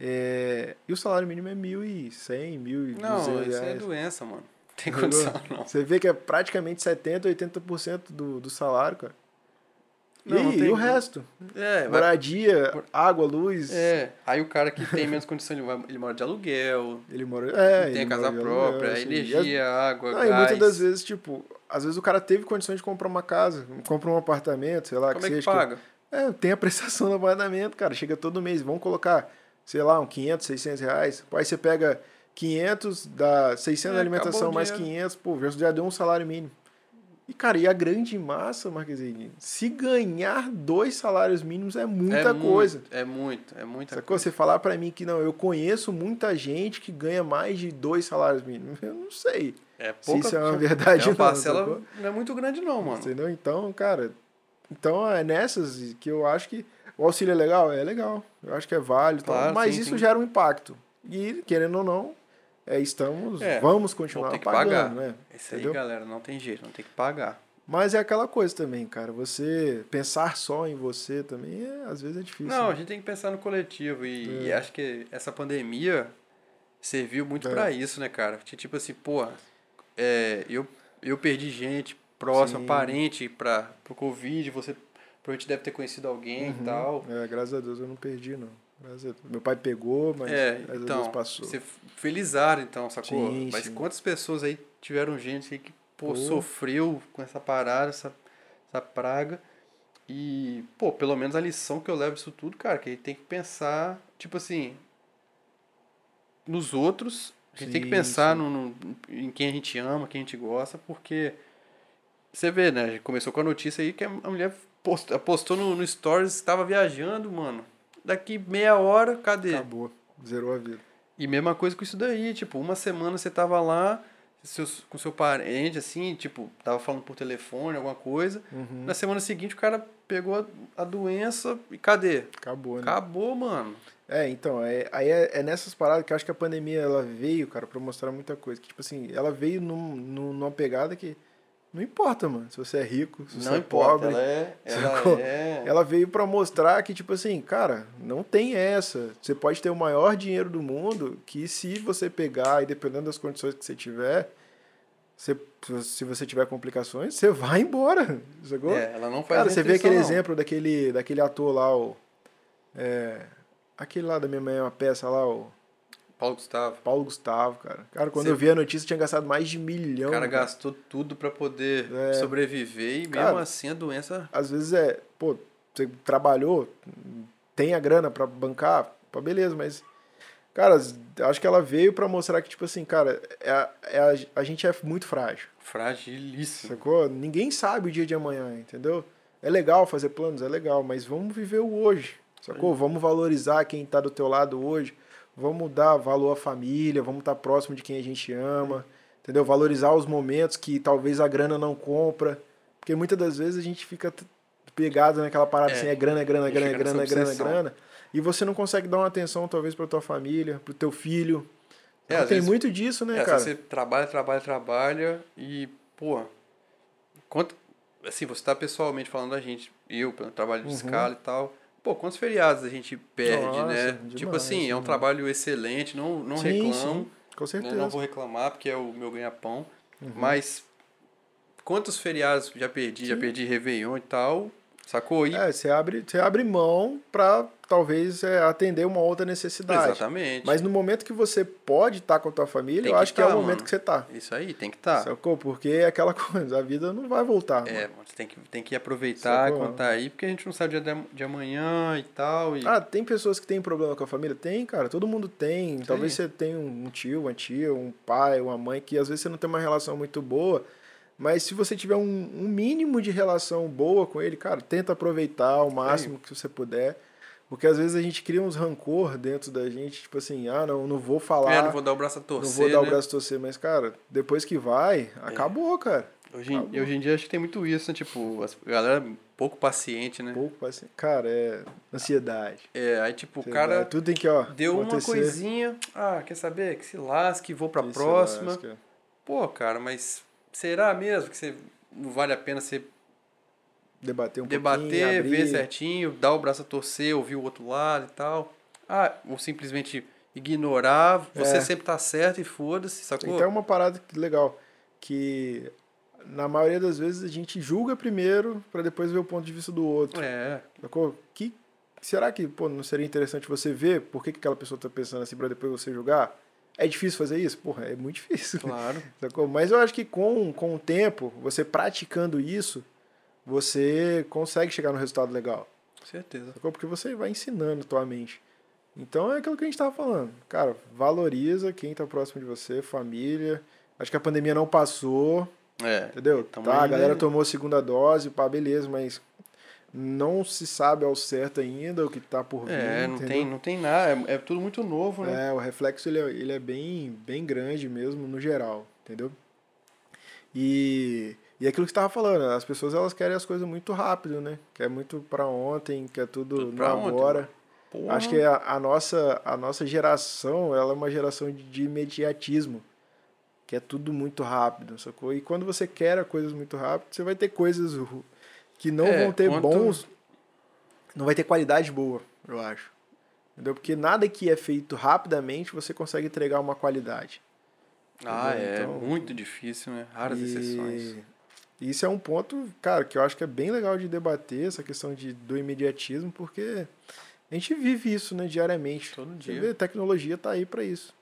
Speaker 1: É, e o salário mínimo é 1.100, 1.200
Speaker 2: Não,
Speaker 1: reais.
Speaker 2: isso é doença, mano. Não tem
Speaker 1: Entendeu?
Speaker 2: condição, não.
Speaker 1: Você vê que é praticamente 70, 80% do, do salário, cara. E, aí,
Speaker 2: não tem-
Speaker 1: e o resto?
Speaker 2: É, vai...
Speaker 1: Moradia, água, luz.
Speaker 2: é, aí o cara que tem menos condição, ele, vai- ele mora de aluguel,
Speaker 1: Ele mora. É, ele
Speaker 2: tem a casa
Speaker 1: mora de aluguel,
Speaker 2: própria,
Speaker 1: assim, e as-
Speaker 2: energia, água,
Speaker 1: Não, e
Speaker 2: gás.
Speaker 1: muitas das vezes, tipo, às vezes o cara teve condições de comprar uma casa, compra um apartamento, sei lá,
Speaker 2: Como
Speaker 1: que
Speaker 2: é que
Speaker 1: seja.
Speaker 2: paga?
Speaker 1: É, tem a prestação do apartamento, cara. Chega todo mês, vamos colocar, sei lá, um 500, 600 reais. Aí você pega 500, dá 600
Speaker 2: É,
Speaker 1: da alimentação,
Speaker 2: acabou o
Speaker 1: mais
Speaker 2: dinheiro.
Speaker 1: 500, pô, já- já deu um salário mínimo. E, cara, e a grande massa, Marquezine, se ganhar dois salários mínimos é muita
Speaker 2: é
Speaker 1: coisa.
Speaker 2: Muito, é muito, é muita
Speaker 1: Sacou? Você falar pra mim que não, eu conheço muita gente que ganha mais de dois salários mínimos. Eu não sei
Speaker 2: É
Speaker 1: se
Speaker 2: pouca
Speaker 1: isso é uma
Speaker 2: é
Speaker 1: verdade ou
Speaker 2: uma
Speaker 1: não.
Speaker 2: parcela
Speaker 1: sacou?
Speaker 2: não é muito grande não, mano.
Speaker 1: Entendeu? Então, cara, então é nessas que eu acho que o auxílio é legal? É legal. Eu acho que é válido, e tal,
Speaker 2: Claro,
Speaker 1: mas
Speaker 2: sim,
Speaker 1: isso
Speaker 2: sim.
Speaker 1: gera um impacto. E, querendo ou não, é, estamos,
Speaker 2: É,
Speaker 1: vamos continuar
Speaker 2: vão ter que
Speaker 1: pagando,
Speaker 2: pagar.
Speaker 1: né?
Speaker 2: Isso aí,
Speaker 1: Entendeu?
Speaker 2: galera, não tem jeito, não tem que pagar.
Speaker 1: Mas é aquela coisa também, cara. Você pensar só em você também, é- às vezes é difícil.
Speaker 2: Não, a
Speaker 1: né?
Speaker 2: gente tem que pensar no coletivo
Speaker 1: É.
Speaker 2: e, e acho que essa pandemia serviu muito
Speaker 1: É.
Speaker 2: pra isso, né, cara? Porque, Tipo assim, porra, é, eu, eu perdi gente próxima,
Speaker 1: Sim.
Speaker 2: parente para pro Covid, você provavelmente deve ter conhecido alguém e tal.
Speaker 1: É, graças a Deus eu não perdi, não. Graças a Deus. Meu pai pegou, mas
Speaker 2: é,
Speaker 1: graças a
Speaker 2: então,
Speaker 1: Deus passou.
Speaker 2: você felizar então, sacou?
Speaker 1: Sim,
Speaker 2: Mas
Speaker 1: sim.
Speaker 2: quantas pessoas aí tiveram gente aí que, pô,
Speaker 1: Pô.
Speaker 2: sofreu com essa parada, essa, essa praga. E, pô, pelo menos a lição que eu levo disso tudo, cara, que a gente tem que pensar, tipo assim, nos outros, a gente tem que
Speaker 1: Sim,
Speaker 2: pensar
Speaker 1: sim.
Speaker 2: no, no- em quem a gente ama, quem a gente gosta, porque você vê, né? A gente começou com a notícia aí que a mulher postou, postou no, no Stories, estava viajando, mano. Daqui meia hora, cadê?
Speaker 1: Acabou. Zerou a vida.
Speaker 2: E mesma coisa com isso daí, tipo, uma semana você tava lá seus, com seu parente, assim, tipo, tava falando por telefone, alguma coisa.
Speaker 1: Uhum.
Speaker 2: Na semana seguinte o cara pegou a, a doença e cadê?
Speaker 1: Acabou, né?
Speaker 2: Acabou, mano.
Speaker 1: É, então, é, aí é, é nessas paradas que eu acho que a pandemia ela veio, cara, pra mostrar muita coisa. Que, tipo assim, ela veio num, num- numa pegada que não importa, mano, se você é rico, se você é pobre.
Speaker 2: ela é.
Speaker 1: sacou?
Speaker 2: Ela é.
Speaker 1: Ela veio pra mostrar que, tipo assim, cara, não tem essa. Você pode ter o maior dinheiro do mundo, que se você pegar, e dependendo das condições que você tiver, você, se você tiver complicações, você vai embora. Sacou?
Speaker 2: é, ela não faz
Speaker 1: Cara, você vê
Speaker 2: restrição,
Speaker 1: aquele
Speaker 2: não.
Speaker 1: exemplo daquele, daquele ator lá, o. É, aquele lá da minha mãe, uma peça lá, o
Speaker 2: Paulo Gustavo.
Speaker 1: Paulo Gustavo, cara. Cara, quando
Speaker 2: Você-
Speaker 1: eu vi a notícia, tinha gastado mais de milhão.
Speaker 2: O cara
Speaker 1: cara.
Speaker 2: gastou tudo pra poder
Speaker 1: É.
Speaker 2: sobreviver e mesmo
Speaker 1: Cara,
Speaker 2: assim a doença.
Speaker 1: Às vezes é, pô, você trabalhou, tem a grana pra bancar, pô, beleza, mas. Cara, acho que ela veio pra mostrar que, tipo assim, cara, é, a- é a, a gente é muito frágil.
Speaker 2: Fragilíssima.
Speaker 1: Sacou? Ninguém sabe o dia de amanhã, entendeu? É legal fazer planos, é legal, mas vamos viver o hoje,
Speaker 2: Uhum.
Speaker 1: sacou? Vamos valorizar quem tá do teu lado hoje, vamos dar valor à família, vamos estar próximo de quem a gente ama, entendeu? Valorizar os momentos que talvez a grana não compra, porque muitas das vezes a gente fica t- pegado naquela parada
Speaker 2: É.
Speaker 1: assim, é grana, é grana, é
Speaker 2: A gente
Speaker 1: grana, é
Speaker 2: fica nessa
Speaker 1: grana, é grana, é
Speaker 2: obsessão.
Speaker 1: grana, e você não consegue dar uma atenção talvez pra tua família, pro teu filho.
Speaker 2: É,
Speaker 1: Então,
Speaker 2: às
Speaker 1: tem
Speaker 2: vezes-
Speaker 1: muito disso, né,
Speaker 2: É,
Speaker 1: cara?
Speaker 2: assim, você trabalha, trabalha, trabalha e, pô, quanto, assim, você tá pessoalmente falando da gente, eu, pelo trabalho de
Speaker 1: Uhum.
Speaker 2: escala e tal, pô, quantos feriados a gente perde,
Speaker 1: Nossa,
Speaker 2: né?
Speaker 1: demais,
Speaker 2: tipo assim, é um
Speaker 1: demais.
Speaker 2: trabalho excelente, não, não
Speaker 1: Sim,
Speaker 2: reclamo,
Speaker 1: sim, com
Speaker 2: né?
Speaker 1: certeza. Uhum.
Speaker 2: não vou reclamar porque é o meu ganha-pão, mas quantos feriados já perdi? Já
Speaker 1: Sim.
Speaker 2: perdi Réveillon e tal, sacou? E,
Speaker 1: É, você abre, você abre mão pra talvez é, atender uma outra necessidade.
Speaker 2: exatamente.
Speaker 1: Mas é no momento que você pode estar com a tua família,
Speaker 2: Tem
Speaker 1: eu
Speaker 2: que
Speaker 1: acho que é
Speaker 2: tá,
Speaker 1: o momento
Speaker 2: mano.
Speaker 1: que você tá.
Speaker 2: Isso aí, tem que estar.
Speaker 1: Sacou? Porque é aquela coisa, a vida não vai voltar.
Speaker 2: É,
Speaker 1: mano.
Speaker 2: mano, você tem que, tem que aproveitar
Speaker 1: Sacou?
Speaker 2: quando tá aí, porque a gente não sabe o dia de, de amanhã e tal. E...
Speaker 1: Ah, tem pessoas que têm problema com a família? Tem, cara. Todo mundo tem. Talvez você tenha um tio, uma tia, um pai, uma mãe, que às vezes você não tem uma relação muito boa. Mas se você tiver um, um mínimo de relação boa com ele, cara, tenta aproveitar o máximo que você puder. Porque às vezes a gente cria uns rancor dentro da gente, tipo assim, ah, não, não vou falar,
Speaker 2: É,
Speaker 1: não
Speaker 2: não
Speaker 1: vou,
Speaker 2: vou dar o braço a torcer,
Speaker 1: dar o
Speaker 2: né? É.
Speaker 1: braço a torcer. Mas, cara, depois que vai, acabou, cara.
Speaker 2: Hoje, em- hoje em dia acho que tem muito isso, né? Tipo, as- a galera é pouco paciente, né?
Speaker 1: Pouco, assim, cara, é ansiedade.
Speaker 2: É, aí tipo, o
Speaker 1: Ansiedade.
Speaker 2: cara
Speaker 1: Tudo tem que, ó,
Speaker 2: deu uma
Speaker 1: acontecer.
Speaker 2: coisinha, ah, quer saber? Que se lasque, vou pra
Speaker 1: Isso,
Speaker 2: próxima.
Speaker 1: lasca.
Speaker 2: Pô, cara, mas será mesmo que você não vale a pena você
Speaker 1: debater um pouquinho,
Speaker 2: debater,
Speaker 1: abrir.
Speaker 2: ver certinho, dar o braço a torcer, ouvir o outro lado e tal? Ah, ou simplesmente ignorar, você
Speaker 1: É. Então,
Speaker 2: sempre tá certo e foda-se,
Speaker 1: Tem
Speaker 2: sacou?
Speaker 1: até uma parada que- legal que na maioria das vezes a gente julga primeiro para depois ver o ponto de vista do outro.
Speaker 2: É.
Speaker 1: Sacou? Que, será que pô, não seria interessante você ver por que, que aquela pessoa tá pensando assim para depois você julgar? É difícil fazer isso? Porra, é muito difícil.
Speaker 2: Claro.
Speaker 1: Sacou? Mas eu acho que com, com o tempo, você praticando isso, você consegue chegar no resultado legal.
Speaker 2: Com certeza.
Speaker 1: Sacou? Porque você vai ensinando a tua mente. Então é aquilo que a gente tava falando. Cara, valoriza quem tá próximo de você, família. Acho que a pandemia não passou,
Speaker 2: É.
Speaker 1: entendeu?
Speaker 2: Tamo
Speaker 1: tá, a
Speaker 2: ainda-
Speaker 1: galera tomou a segunda dose, pá, beleza, mas não se sabe ao certo ainda o que tá por vir,
Speaker 2: É, não
Speaker 1: entendeu?
Speaker 2: tem, não tem nada. É, é tudo muito novo, né?
Speaker 1: É, o reflexo ele é, ele é bem, bem grande mesmo no geral, entendeu? E, e é aquilo que você tava falando, as pessoas elas querem as coisas muito rápido, né? Quer muito pra ontem, quer tudo,
Speaker 2: Tudo
Speaker 1: no
Speaker 2: pra ontem,
Speaker 1: agora.
Speaker 2: Porra.
Speaker 1: É, Acho que a, a nossa, a nossa geração ela é uma geração de, de imediatismo, que é tudo muito rápido, sacou? E quando você quer coisas muito rápido, você vai ter coisas ru- que não
Speaker 2: É,
Speaker 1: vão ter
Speaker 2: quanto-
Speaker 1: bons, não vai ter qualidade boa, eu acho. Entendeu? Porque nada que é feito rapidamente você consegue entregar uma qualidade.
Speaker 2: Ah,
Speaker 1: entendeu?
Speaker 2: é.
Speaker 1: Então-
Speaker 2: Muito difícil, né? Raras
Speaker 1: E-
Speaker 2: exceções.
Speaker 1: e Isso é um ponto, cara, que eu acho que é bem legal de debater, essa questão de, do imediatismo, porque a gente vive isso, né, diariamente.
Speaker 2: Todo
Speaker 1: Você
Speaker 2: dia.
Speaker 1: vê, tecnologia tá aí para isso.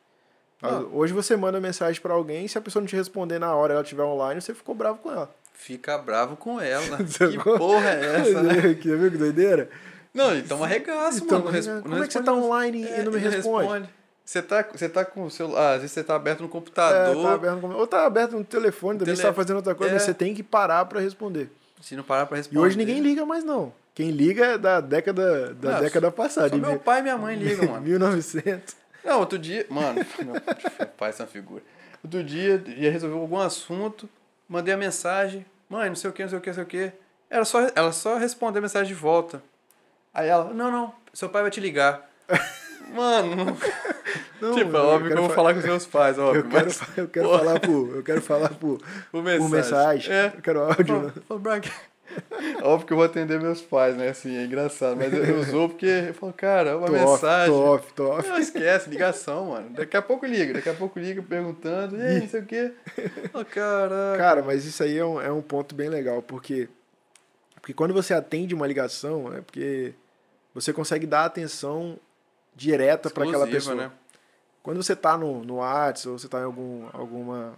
Speaker 1: Ah,
Speaker 2: Não.
Speaker 1: Hoje você manda mensagem para alguém, se a pessoa não te responder na hora, ela estiver online, você ficou bravo com ela.
Speaker 2: Fica bravo com ela.
Speaker 1: Sacou?
Speaker 2: que porra é essa, né?
Speaker 1: que, viu que doideira?
Speaker 2: Não, ele toma arregaço,
Speaker 1: Então,
Speaker 2: mano. Não
Speaker 1: mas,
Speaker 2: resp-
Speaker 1: né, como
Speaker 2: não
Speaker 1: é que você
Speaker 2: responde
Speaker 1: tá online
Speaker 2: É,
Speaker 1: e não me responde?
Speaker 2: Você tá, você tá com o celular, às vezes você tá aberto no
Speaker 1: É,
Speaker 2: computador, Um
Speaker 1: tá aberto no- ou tá aberto no telefone também, você
Speaker 2: Tele-
Speaker 1: tá fazendo outra coisa,
Speaker 2: É.
Speaker 1: mas você tem que parar para responder.
Speaker 2: se não parar pra
Speaker 1: E
Speaker 2: responder.
Speaker 1: hoje ninguém liga mais, não. Quem liga é da década, da
Speaker 2: Não,
Speaker 1: década passada.
Speaker 2: Só
Speaker 1: de
Speaker 2: meu
Speaker 1: mil-
Speaker 2: pai e minha mãe ligam, mano.
Speaker 1: 1900.
Speaker 2: Não, outro dia. Mano, meu pai é uma figura. Outro dia, ia resolver algum assunto, mandei a mensagem. Mãe, não sei o que, não sei o que, não sei o que. Ela só, ela só respondeu a mensagem de volta. Aí ela, não, não, seu pai vai te ligar. Mano,
Speaker 1: Não,
Speaker 2: tipo, é
Speaker 1: eu
Speaker 2: óbvio que
Speaker 1: quero
Speaker 2: eu vou
Speaker 1: fa-
Speaker 2: falar com seus pais, é óbvio.
Speaker 1: Eu quero,
Speaker 2: mas
Speaker 1: fa- eu quero
Speaker 2: Pô.
Speaker 1: falar por. Eu quero falar por,
Speaker 2: por
Speaker 1: por
Speaker 2: mensagem.
Speaker 1: mensagem.
Speaker 2: É.
Speaker 1: Eu quero áudio. né?
Speaker 2: Fala- fala, Braga. Óbvio que eu vou atender meus pais, né? Assim, é engraçado. Mas eu, eu zoo porque eu falo, cara, é uma
Speaker 1: Tô off,
Speaker 2: mensagem.
Speaker 1: tô off, tô off.
Speaker 2: Não, esquece, ligação, mano. Daqui a pouco liga, daqui a pouco liga perguntando, e aí, não sei o quê. Oh, caraca.
Speaker 1: Cara, mas isso aí é um, é um ponto bem legal, porque, porque quando você atende uma ligação, é porque você consegue dar atenção direta para aquela
Speaker 2: Exclusiva, né?
Speaker 1: pessoa. Quando você tá no, no WhatsApp ou você tá em algum, alguma,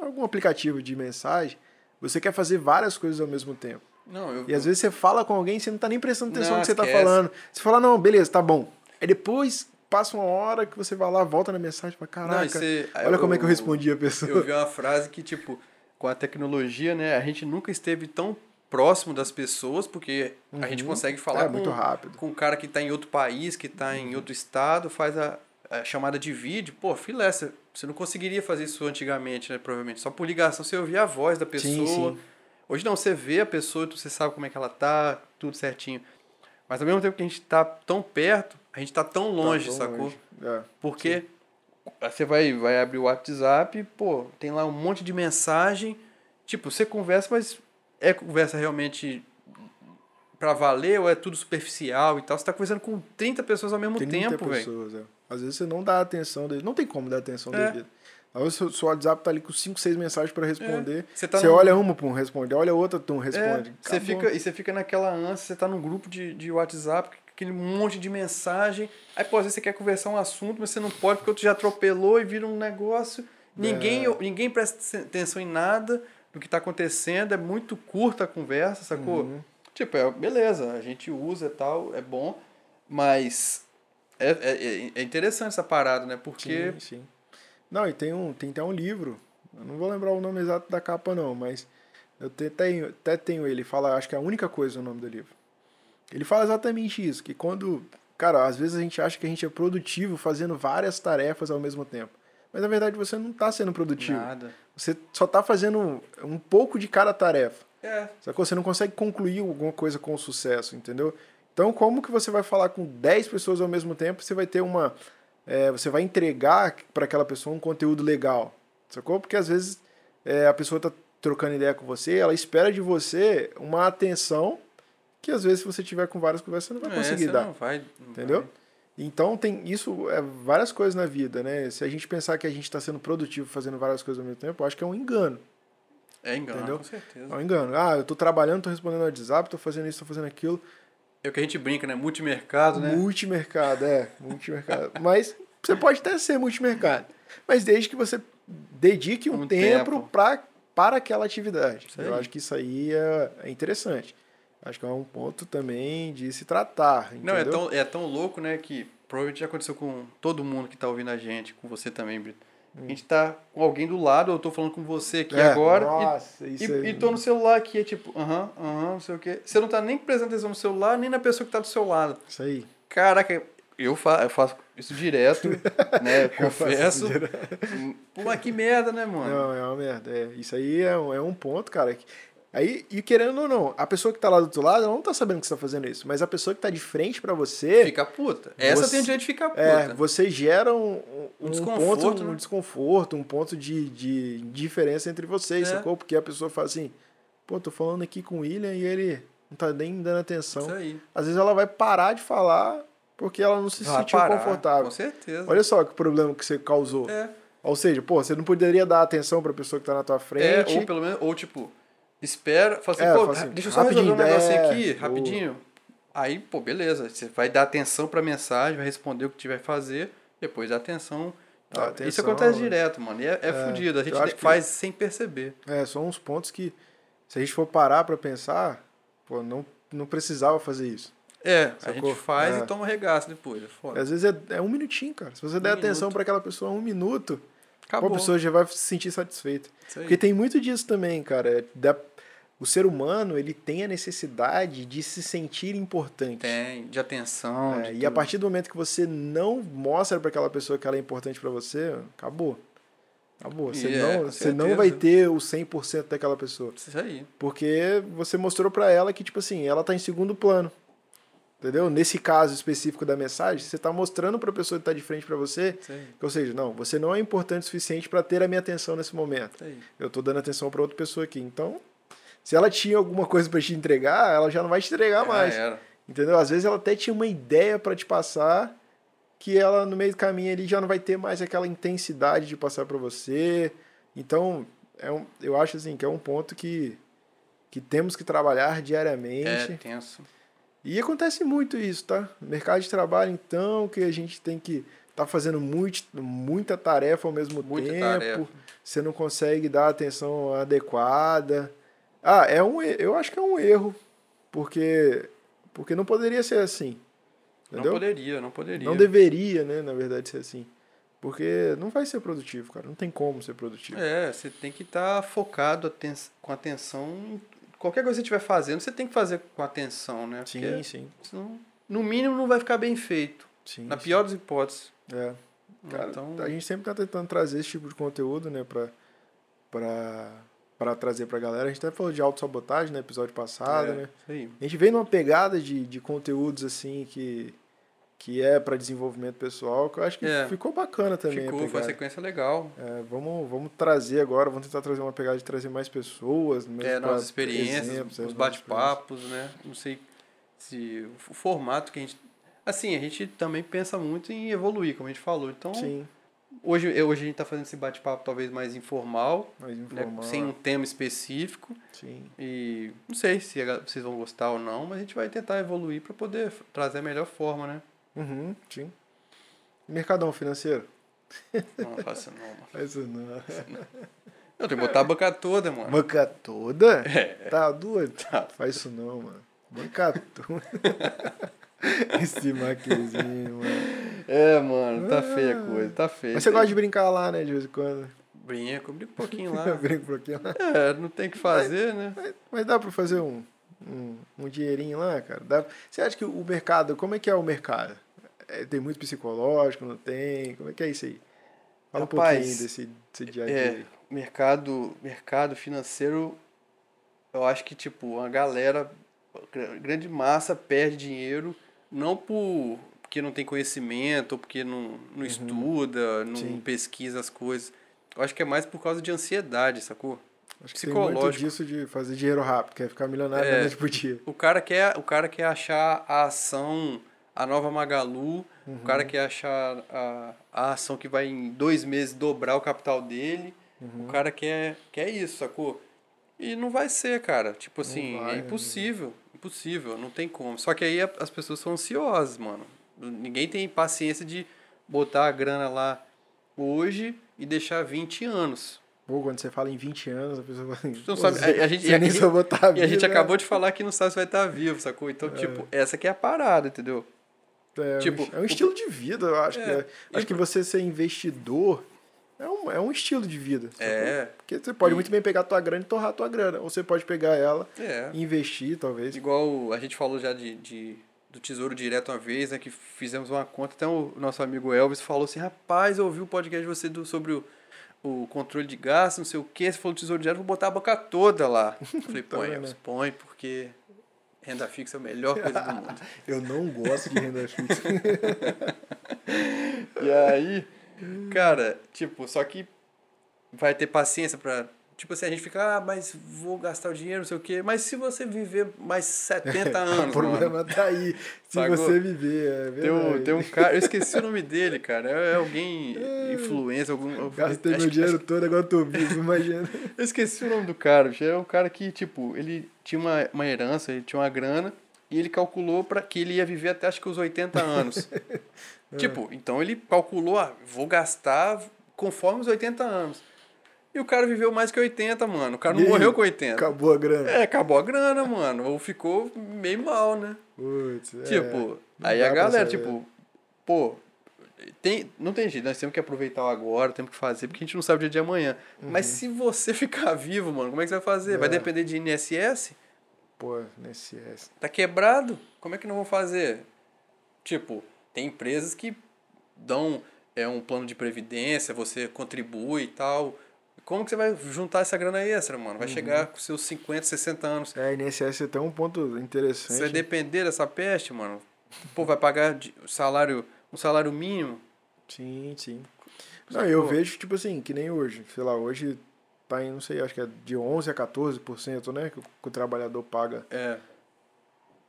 Speaker 1: algum aplicativo de mensagem, você quer fazer várias coisas ao mesmo tempo.
Speaker 2: Não, eu.
Speaker 1: E às vezes você fala com alguém e você não tá nem prestando atenção
Speaker 2: Não,
Speaker 1: no que você tá
Speaker 2: esquece.
Speaker 1: falando. Você fala, não, beleza, tá bom. Aí depois passa uma hora que você vai lá, volta na mensagem e fala,
Speaker 2: Não,
Speaker 1: caraca,
Speaker 2: esse-
Speaker 1: olha como é que eu respondi a pessoa.
Speaker 2: Eu vi uma frase que, tipo, com a tecnologia, né, a gente nunca esteve tão próximo das pessoas, porque a gente consegue falar
Speaker 1: é,
Speaker 2: com,
Speaker 1: muito rápido.
Speaker 2: com um cara que tá em outro país, que tá em outro estado, faz a, a chamada de vídeo. Pô, filé, você você não conseguiria fazer isso antigamente, né? Provavelmente. Só por ligação você ouvia a voz da pessoa.
Speaker 1: Sim, sim.
Speaker 2: Hoje não, você vê a pessoa, você sabe como é que ela tá, tudo certinho. Mas ao mesmo tempo que a gente tá tão perto, a gente tá tão longe,
Speaker 1: Tá bom,
Speaker 2: sacou?
Speaker 1: longe. É.
Speaker 2: Porque você vai, vai abrir o WhatsApp, pô, tem lá um monte de mensagem. Tipo, você conversa, mas é conversa realmente pra valer ou é tudo superficial e tal? Você tá conversando com 30 pessoas ao mesmo
Speaker 1: 30
Speaker 2: tempo, velho.
Speaker 1: pessoas, é. Às vezes você não dá atenção dele. Não tem como dar atenção
Speaker 2: É.
Speaker 1: devida. Às vezes seu, seu WhatsApp tá ali com 5, 6 mensagens para responder.
Speaker 2: Você tá
Speaker 1: você
Speaker 2: num-
Speaker 1: olha uma, pum, responde. Olha outra, pum, responde.
Speaker 2: É, você
Speaker 1: Acabou.
Speaker 2: fica, e você fica naquela ânsia, você tá num grupo de, de WhatsApp, com aquele monte de mensagem. Aí, pô, às vezes você quer conversar um assunto, mas você não pode porque o outro já atropelou e vira um negócio. Ninguém,
Speaker 1: É.
Speaker 2: ninguém presta atenção em nada do que tá acontecendo, é muito curta a conversa, sacou?
Speaker 1: Uhum.
Speaker 2: Tipo, é, beleza, a gente usa e tal, é bom, mas é, é, é interessante essa parada, né? Porque.
Speaker 1: Sim, sim. Não, e tem, um, tem até um livro. Eu não vou lembrar o nome exato da capa, não, mas eu te- tenho, até tenho ele. Fala, acho que é a única coisa o nome do livro. Ele fala exatamente isso, que quando. Cara, às vezes a gente acha que a gente é produtivo fazendo várias tarefas ao mesmo tempo. Mas na verdade você não tá sendo produtivo.
Speaker 2: Nada.
Speaker 1: Você só tá fazendo um pouco de cada tarefa.
Speaker 2: É,
Speaker 1: Sacou? Você não consegue concluir alguma coisa com sucesso, entendeu? Então, como que você vai falar com 10 pessoas ao mesmo tempo? Você vai ter uma. é, você vai entregar para aquela pessoa um conteúdo legal, sacou? Porque às vezes é, a pessoa tá trocando ideia com você, ela espera de você uma atenção que às vezes se você tiver com várias conversas você não vai
Speaker 2: é,
Speaker 1: conseguir
Speaker 2: você
Speaker 1: dar.
Speaker 2: Não vai, não
Speaker 1: Entendeu?
Speaker 2: vai.
Speaker 1: Então tem isso, é várias coisas tá na vida, né? Se a gente pensar que a gente está sendo produtivo fazendo várias coisas ao mesmo tempo, eu acho que é um engano.
Speaker 2: É engano,
Speaker 1: Entendeu?
Speaker 2: com certeza.
Speaker 1: É um engano. Ah, eu tô trabalhando, tô respondendo WhatsApp, tô fazendo isso, tô fazendo aquilo.
Speaker 2: É o que a gente brinca, né? Multimercado, né?
Speaker 1: Multimercado, é. Multimercado. mas você pode até ser multimercado. Mas desde que você dedique um,
Speaker 2: Um
Speaker 1: tempo,
Speaker 2: tempo.
Speaker 1: Pra, para aquela atividade.
Speaker 2: Isso
Speaker 1: Eu
Speaker 2: aí.
Speaker 1: acho que isso aí é, é interessante. Acho que é um ponto também de se tratar.
Speaker 2: Não, é
Speaker 1: entendeu?
Speaker 2: tão, é tão louco, né, que provavelmente já aconteceu com todo mundo que tá ouvindo a gente, com você também, Brito. A gente tá com alguém do lado, eu tô falando com você aqui
Speaker 1: É,
Speaker 2: agora, e,
Speaker 1: Nossa,
Speaker 2: e,
Speaker 1: isso aí.
Speaker 2: e tô no celular aqui, é tipo, aham, aham, não sei o quê. Você não tá nem prestando atenção no celular, nem na pessoa que tá do seu lado.
Speaker 1: Isso aí.
Speaker 2: Caraca, eu, fa eu faço isso direto, né, confesso.
Speaker 1: isso
Speaker 2: Pô, mas que merda, né, mano?
Speaker 1: Não, é uma merda. é. Isso aí é, um- é um ponto, cara. que- Aí, e querendo ou não, a pessoa que tá lá do outro lado, ela não tá sabendo que você tá fazendo isso. Mas a pessoa que tá de frente pra você,
Speaker 2: Fica puta. Essa
Speaker 1: Você-
Speaker 2: tem o direito de ficar puta.
Speaker 1: é, você gera um, um-
Speaker 2: Um
Speaker 1: um
Speaker 2: desconforto,
Speaker 1: ponto, um
Speaker 2: né?
Speaker 1: desconforto, um ponto de, de diferença entre vocês,
Speaker 2: É.
Speaker 1: sacou? Porque a pessoa fala assim, pô, tô falando aqui com o William e ele não tá nem dando atenção.
Speaker 2: Isso aí.
Speaker 1: Às vezes ela vai parar de falar porque ela não se
Speaker 2: Vai
Speaker 1: sentiu
Speaker 2: parar, Com
Speaker 1: confortável.
Speaker 2: certeza.
Speaker 1: Olha só que problema que você causou.
Speaker 2: É.
Speaker 1: Ou seja, pô, você não poderia dar atenção pra pessoa que tá na tua
Speaker 2: É,
Speaker 1: frente.
Speaker 2: ou pelo menos, ou tipo, espera, fala assim,
Speaker 1: É,
Speaker 2: pô,
Speaker 1: fala assim,
Speaker 2: deixa eu só resolver um
Speaker 1: rapidinho,
Speaker 2: negocinho
Speaker 1: é,
Speaker 2: aqui,
Speaker 1: boa.
Speaker 2: rapidinho. Aí, pô, beleza, você vai dar atenção pra mensagem, vai responder o que tiver que fazer, depois dá atenção.
Speaker 1: Dá
Speaker 2: Tá? Isso
Speaker 1: atenção,
Speaker 2: acontece
Speaker 1: né?
Speaker 2: direto, mano, e é, é, fudido, a gente
Speaker 1: eu acho que-
Speaker 2: faz sem perceber.
Speaker 1: É, são uns pontos que, se a gente for parar pra pensar, pô, não, não precisava fazer isso.
Speaker 2: É, a
Speaker 1: Sacou?
Speaker 2: gente faz
Speaker 1: É.
Speaker 2: e toma regaço depois, é foda.
Speaker 1: Às vezes é, é um minutinho, cara. Se você der
Speaker 2: minuto.
Speaker 1: atenção pra aquela pessoa um minuto, pô,
Speaker 2: Acabou.
Speaker 1: a pessoa já vai se sentir satisfeita.
Speaker 2: Isso aí.
Speaker 1: Porque tem muito disso também, cara. É Da- o ser humano, ele tem a necessidade de se sentir importante.
Speaker 2: Tem, de atenção.
Speaker 1: É,
Speaker 2: de
Speaker 1: e a
Speaker 2: tudo.
Speaker 1: partir do momento que você não mostra pra aquela pessoa que ela é importante pra você, acabou. Acabou. Você,
Speaker 2: E é,
Speaker 1: não,
Speaker 2: com
Speaker 1: você não vai
Speaker 2: certeza.
Speaker 1: ter o 100% daquela pessoa.
Speaker 2: Isso aí.
Speaker 1: Porque você mostrou pra ela que, tipo assim, ela tá em segundo plano. Entendeu? Nesse caso específico da mensagem, você tá mostrando pra pessoa que tá de frente pra você,
Speaker 2: Isso aí.
Speaker 1: que, ou seja, não, você não é importante o suficiente pra ter a minha atenção nesse momento.
Speaker 2: Isso aí.
Speaker 1: Eu tô dando atenção pra outra pessoa aqui. Então, se ela tinha alguma coisa pra te entregar, ela já não vai te
Speaker 2: É,
Speaker 1: entregar mais.
Speaker 2: Já era.
Speaker 1: Entendeu? Às vezes ela até tinha uma ideia pra te passar que ela no meio do caminho ali já não vai ter mais aquela intensidade de passar pra você. Então, é um, eu acho assim que é um ponto que que temos que trabalhar diariamente.
Speaker 2: É tenso.
Speaker 1: E acontece muito isso, tá? No mercado de trabalho, então, que a gente tem que tá fazendo muito, muita tarefa ao mesmo
Speaker 2: Muita
Speaker 1: tempo.
Speaker 2: tarefa.
Speaker 1: Você não consegue dar a atenção adequada. Ah, é um, e- eu acho que é um erro, porque porque não poderia ser assim.
Speaker 2: Não
Speaker 1: Entendeu?
Speaker 2: poderia, não poderia.
Speaker 1: Não deveria, né, na verdade, ser assim. Porque não vai ser produtivo, cara. Não tem como ser produtivo.
Speaker 2: É, você tem que estar focado aten- com atenção em qualquer coisa que você estiver fazendo, você tem que fazer com atenção, né?
Speaker 1: sim,
Speaker 2: Porque
Speaker 1: sim,
Speaker 2: senão, no mínimo não vai ficar bem feito.
Speaker 1: sim.
Speaker 2: na
Speaker 1: sim.
Speaker 2: pior das hipóteses.
Speaker 1: É. Cara,
Speaker 2: então,
Speaker 1: a gente sempre tá tentando trazer esse tipo de conteúdo, né, pra, pra, pra trazer pra galera. A gente até falou de autossabotagem no episódio passado,
Speaker 2: é,
Speaker 1: né?
Speaker 2: isso aí.
Speaker 1: A gente vem numa pegada de, de conteúdos, assim, que, que é pra desenvolvimento pessoal, que eu acho que
Speaker 2: É.
Speaker 1: ficou bacana também. a
Speaker 2: Ficou, foi uma
Speaker 1: pegada.
Speaker 2: sequência legal.
Speaker 1: Tá É, vamos, vamos trazer agora, vamos tentar trazer uma pegada de trazer mais pessoas. mesmo
Speaker 2: É,
Speaker 1: pra-
Speaker 2: novas experiências,
Speaker 1: exemplos, é,
Speaker 2: os
Speaker 1: novas
Speaker 2: bate-papos, né? Não sei se o f- o formato que a gente. Assim, a gente também pensa muito em evoluir, como a gente falou. Então,
Speaker 1: experiências. Sim,
Speaker 2: hoje, hoje a gente está fazendo esse bate-papo talvez mais informal,
Speaker 1: mais
Speaker 2: né?
Speaker 1: informal.
Speaker 2: sem um tema específico.
Speaker 1: Sim,
Speaker 2: E não sei se a gal- vocês vão gostar ou não, mas a gente vai tentar evoluir para poder f- trazer a melhor forma, né?
Speaker 1: uhum, sim. Mercadão financeiro? É
Speaker 2: Não, não faça não, mano.
Speaker 1: Isso né? não.
Speaker 2: Eu tenho que botar a banca toda, mano.
Speaker 1: Banca toda?
Speaker 2: É.
Speaker 1: Tá doido?
Speaker 2: Tá.
Speaker 1: Faz isso não, mano. Banca toda. Esse maquizinho, mano.
Speaker 2: É, mano, tá feia a coisa, tá feia.
Speaker 1: Mas você gosta de brincar lá, né, de vez em quando?
Speaker 2: Brinco, brinco um pouquinho lá.
Speaker 1: Eu brinco por aqui lá.
Speaker 2: É, não tem o que fazer, né?
Speaker 1: Mas, mas dá pra fazer um, um, um dinheirinho lá, cara? Dá... Você acha que o mercado, como é que é o mercado? É, tem muito psicológico, não tem? Como é que é isso aí? Fala
Speaker 2: Rapaz,
Speaker 1: um pouquinho desse, desse dia a dia.
Speaker 2: É,
Speaker 1: aí.
Speaker 2: mercado, mercado financeiro, eu acho que, tipo, a galera, gr- grande massa perde dinheiro, não por porque não tem conhecimento, ou porque não, não estuda, não
Speaker 1: Sim.
Speaker 2: pesquisa as coisas. Eu acho que é mais por causa de ansiedade, sacou?
Speaker 1: Acho que tem muito
Speaker 2: psicológico.
Speaker 1: disso de fazer dinheiro rápido, quer ficar milionário da
Speaker 2: É.
Speaker 1: noite pro dia.
Speaker 2: O cara quer, o cara quer achar a ação, a nova Magalu,
Speaker 1: Uhum.
Speaker 2: o cara quer achar a, a ação
Speaker 1: Uhum.
Speaker 2: que vai em dois meses dobrar o capital dele. O cara quer, quer isso, sacou? E não vai ser, cara. Tipo assim,
Speaker 1: vai, né?
Speaker 2: é impossível. Impossível, não tem como. Só que aí a- as pessoas são ansiosas, mano. Ninguém tem paciência de botar a grana lá hoje e deixar 20 anos.
Speaker 1: Pô, quando você fala em 20 anos, a pessoa fala. assim,
Speaker 2: não sabe- a- a gente-
Speaker 1: você
Speaker 2: a-
Speaker 1: nem
Speaker 2: a-
Speaker 1: soube botar a
Speaker 2: E a gente
Speaker 1: vida. né?"
Speaker 2: acabou de falar que não sabe se vai estar vivo, sacou? Então, tipo, essa que é a parada, entendeu?
Speaker 1: É,
Speaker 2: tipo,
Speaker 1: é um
Speaker 2: o-
Speaker 1: estilo de vida, eu acho.
Speaker 2: É,
Speaker 1: que é. Acho que você ser investidor é um, é um estilo de vida. sacou?
Speaker 2: É,
Speaker 1: Porque você pode
Speaker 2: E-
Speaker 1: muito bem pegar a tua grana e torrar a tua grana. Ou você pode pegar ela
Speaker 2: é.
Speaker 1: e investir, talvez.
Speaker 2: Igual a gente falou já de, de- do Tesouro Direto uma vez, né? Que fizemos uma conta, até o nosso amigo Elvis falou assim, rapaz, eu ouvi o podcast de você do, sobre o, o controle de gastos, não sei o quê, você falou do Tesouro Direto, vou botar a boca toda lá. Eu Falei, põe,
Speaker 1: vendo,
Speaker 2: Elvis,
Speaker 1: né?
Speaker 2: põe, porque renda fixa é a melhor coisa do mundo.
Speaker 1: Eu não gosto de renda fixa.
Speaker 2: E aí, cara, tipo, só que vai ter paciência pra. Tipo assim, a gente fica, ah, mas vou gastar o dinheiro, não sei o quê. Mas se você viver mais 70
Speaker 1: o
Speaker 2: anos, mano,
Speaker 1: problema tá aí. Se
Speaker 2: Sacou?
Speaker 1: você viver, é
Speaker 2: Tem um,
Speaker 1: verdade.
Speaker 2: tem um cara, eu esqueci o nome dele, cara. É é alguém influencer, algum.
Speaker 1: Gastei
Speaker 2: um- acho
Speaker 1: meu
Speaker 2: que-
Speaker 1: dinheiro todo, agora eu tô vivo, imagina.
Speaker 2: Eu esqueci o nome do cara, bicho. É um cara que, tipo, ele tinha uma, uma herança, ele tinha uma grana, e ele calculou para que ele ia viver até acho que os 80 anos. Tipo, então ele calculou, ah, vou gastar conforme os 80 anos. E o cara viveu mais que 80, mano. O cara não
Speaker 1: E aí?
Speaker 2: morreu com 80.
Speaker 1: Acabou a grana.
Speaker 2: É, acabou a grana, mano. Ou ficou meio mal, né?
Speaker 1: Putz, é.
Speaker 2: Tipo,
Speaker 1: não
Speaker 2: aí
Speaker 1: dá
Speaker 2: a
Speaker 1: pra
Speaker 2: galera,
Speaker 1: saber.
Speaker 2: tipo, pô, tem, não tem jeito, nós temos que aproveitar o agora, temos que fazer, porque a gente não sabe o dia de amanhã. Mas se você ficar vivo, mano, como é que você vai fazer? Vai
Speaker 1: Uhum. É.
Speaker 2: depender de INSS?
Speaker 1: Pô, nesse S.
Speaker 2: Tá quebrado? Como é que não vão fazer? Tipo, tem empresas que dão é, um plano de previdência, você contribui e tal. Como que você vai juntar essa grana extra, mano?
Speaker 1: Uhum.
Speaker 2: Vai chegar com seus 50, 60 anos.
Speaker 1: É, INSS é até um ponto interessante. né?
Speaker 2: Você vai depender dessa peste, mano? Pô, vai pagar de- salário, um salário mínimo?
Speaker 1: Sim, sim. Não, eu
Speaker 2: Pô.
Speaker 1: vejo, tipo assim, que nem hoje. Sei lá, hoje tá em, não sei, acho que é de 11% a 14%, né? Que o, que o trabalhador paga
Speaker 2: É.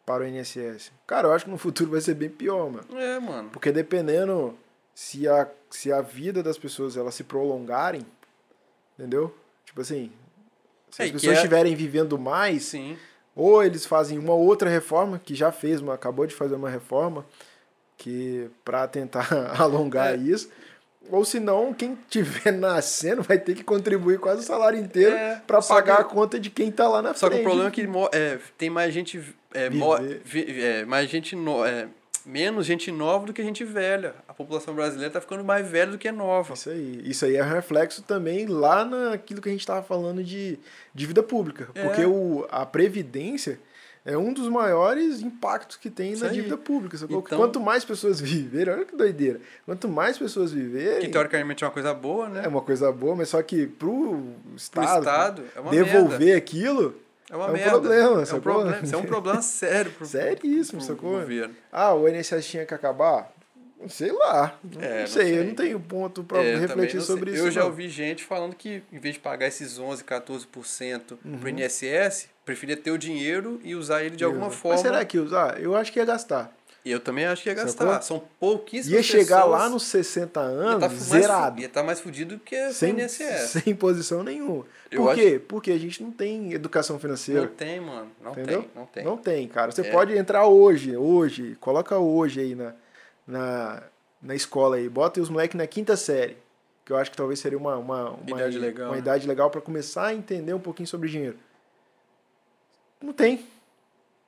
Speaker 1: para o INSS. Cara, eu acho que no futuro vai ser bem pior, mano.
Speaker 2: É, mano.
Speaker 1: Porque dependendo se a, se a vida das pessoas elas se prolongarem, entendeu? Tipo assim, se
Speaker 2: É,
Speaker 1: as
Speaker 2: e que
Speaker 1: pessoas
Speaker 2: é-
Speaker 1: estiverem vivendo mais,
Speaker 2: Sim.
Speaker 1: ou eles fazem uma outra reforma, que já fez, uma, acabou de fazer uma reforma, que para tentar alongar
Speaker 2: É.
Speaker 1: isso. Ou senão, quem tiver nascendo vai ter que contribuir quase o salário inteiro
Speaker 2: É,
Speaker 1: pra para
Speaker 2: só
Speaker 1: pagar
Speaker 2: que-
Speaker 1: a conta de quem tá lá na
Speaker 2: Só que
Speaker 1: frente.
Speaker 2: o problema é que mo- é, tem mais gente. É, mo-
Speaker 1: Viver.
Speaker 2: vi- é, mais gente no- é, menos gente nova do que gente velha. A população brasileira tá ficando mais velha do que nova.
Speaker 1: Isso aí. Isso aí é reflexo também lá naquilo que a gente estava falando de, de vida pública.
Speaker 2: É.
Speaker 1: Porque o, a previdência é um dos maiores impactos que tem
Speaker 2: Isso
Speaker 1: na
Speaker 2: aí.
Speaker 1: dívida pública. sacou?
Speaker 2: Então-
Speaker 1: Quanto mais pessoas viverem, olha que doideira. Quanto mais pessoas viverem,
Speaker 2: Que teoricamente é uma coisa boa, né?
Speaker 1: é uma coisa boa, mas só que pro
Speaker 2: Pro
Speaker 1: Estado,
Speaker 2: Estado, é uma
Speaker 1: devolver
Speaker 2: merda.
Speaker 1: aquilo.
Speaker 2: É uma
Speaker 1: é um
Speaker 2: merda.
Speaker 1: problema,
Speaker 2: é um
Speaker 1: sacou?
Speaker 2: problema. Isso é um problema sério pro,
Speaker 1: Seríssimo,
Speaker 2: pro
Speaker 1: sacou?
Speaker 2: governo.
Speaker 1: Ah, o INSS tinha que acabar? Sei lá. Não,
Speaker 2: É,
Speaker 1: não
Speaker 2: não
Speaker 1: sei, eu
Speaker 2: sei.
Speaker 1: não tenho ponto pra
Speaker 2: É, eu também
Speaker 1: refletir
Speaker 2: não
Speaker 1: sobre
Speaker 2: sei.
Speaker 1: isso.
Speaker 2: Eu já
Speaker 1: não.
Speaker 2: ouvi gente falando que, em vez de pagar esses 11%, 14%
Speaker 1: Uhum.
Speaker 2: pro INSS, preferia ter o dinheiro e usar ele de alguma
Speaker 1: Mas
Speaker 2: forma.
Speaker 1: será que usar? Eu acho que ia gastar.
Speaker 2: Eu também acho que ia
Speaker 1: Sacou?
Speaker 2: gastar. São pouquíssimas
Speaker 1: Ia chegar
Speaker 2: pessoas.
Speaker 1: lá nos 60
Speaker 2: Ia
Speaker 1: anos
Speaker 2: tá mais fu-
Speaker 1: zerado.
Speaker 2: Ia estar mais fudido que sem,
Speaker 1: Sem,
Speaker 2: INSS.
Speaker 1: sem posição nenhuma.
Speaker 2: Eu
Speaker 1: Por
Speaker 2: acho-
Speaker 1: quê? Porque a gente não tem educação
Speaker 2: Não
Speaker 1: financeira.
Speaker 2: tem, mano. Não
Speaker 1: entendeu?
Speaker 2: tem, não tem.
Speaker 1: Não tem, cara. Você
Speaker 2: É.
Speaker 1: pode entrar hoje, hoje, coloca hoje aí na, na, na escola aí. Bota os moleques na quinta série. Que eu acho que talvez seria uma, uma, uma
Speaker 2: Idade legal,
Speaker 1: uma
Speaker 2: né?
Speaker 1: idade legal para começar a entender um pouquinho sobre dinheiro. Não tem.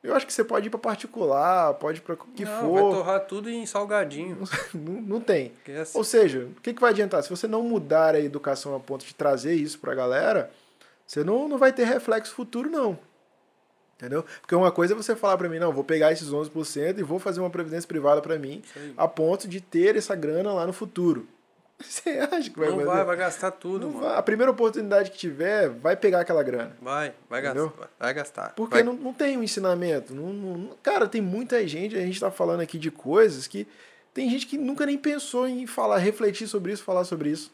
Speaker 1: Eu acho que você pode ir para particular, pode ir para que
Speaker 2: Não, Vai
Speaker 1: for.
Speaker 2: torrar tudo em salgadinho.
Speaker 1: Não, não tem.
Speaker 2: Que é assim.
Speaker 1: Ou seja, o que, que vai adiantar? Se você não mudar a educação a ponto de trazer isso pra galera, você não, não vai ter reflexo futuro, não. Entendeu? Porque uma coisa é você falar pra mim, não, vou pegar esses 11% e vou fazer uma previdência privada pra mim,
Speaker 2: Isso aí.
Speaker 1: a ponto de ter essa grana lá no futuro. Você acha que vai
Speaker 2: não
Speaker 1: fazer?
Speaker 2: vai, vai gastar tudo,
Speaker 1: Não
Speaker 2: mano.
Speaker 1: vai. A primeira oportunidade que tiver, vai pegar aquela grana.
Speaker 2: Vai, vai
Speaker 1: Entendeu?
Speaker 2: gastar. Vai gastar.
Speaker 1: Porque
Speaker 2: vai...
Speaker 1: não, não tem um ensinamento. Não, não- não- cara, tem muita gente, a gente tá falando aqui de coisas que tem gente que nunca nem pensou em falar, refletir sobre isso, falar sobre isso.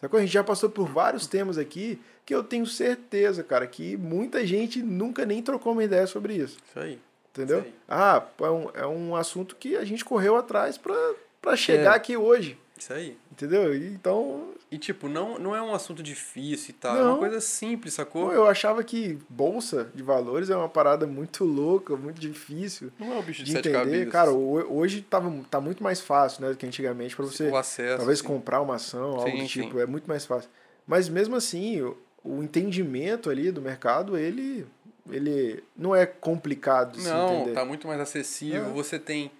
Speaker 1: Sacou? A gente já passou por vários temas aqui que eu tenho certeza, cara, que muita gente nunca nem trocou uma ideia sobre isso.
Speaker 2: Isso aí.
Speaker 1: Entendeu?
Speaker 2: Sei.
Speaker 1: Ah, pô, é um, é um assunto que a gente correu atrás pra, pra chegar
Speaker 2: É.
Speaker 1: aqui hoje.
Speaker 2: Isso aí.
Speaker 1: Entendeu? Então,
Speaker 2: E tipo, não, não é um assunto difícil e tal. É
Speaker 1: Não.
Speaker 2: uma coisa simples, sacou?
Speaker 1: pô, eu achava que bolsa de valores é uma parada muito louca, muito difícil
Speaker 2: Não é um bicho de,
Speaker 1: de
Speaker 2: sete
Speaker 1: entender.
Speaker 2: cabeças.
Speaker 1: Cara, ho- hoje tava, tá muito mais fácil, né, do que antigamente para você
Speaker 2: o acesso.
Speaker 1: talvez
Speaker 2: assim.
Speaker 1: comprar uma ação, algo
Speaker 2: Sim,
Speaker 1: do
Speaker 2: sim.
Speaker 1: tipo, é muito mais fácil. Mas mesmo assim, o, o entendimento ali do mercado, ele ele não é complicado de se
Speaker 2: Não,
Speaker 1: entender.
Speaker 2: tá muito mais acessível.
Speaker 1: É.
Speaker 2: Você tem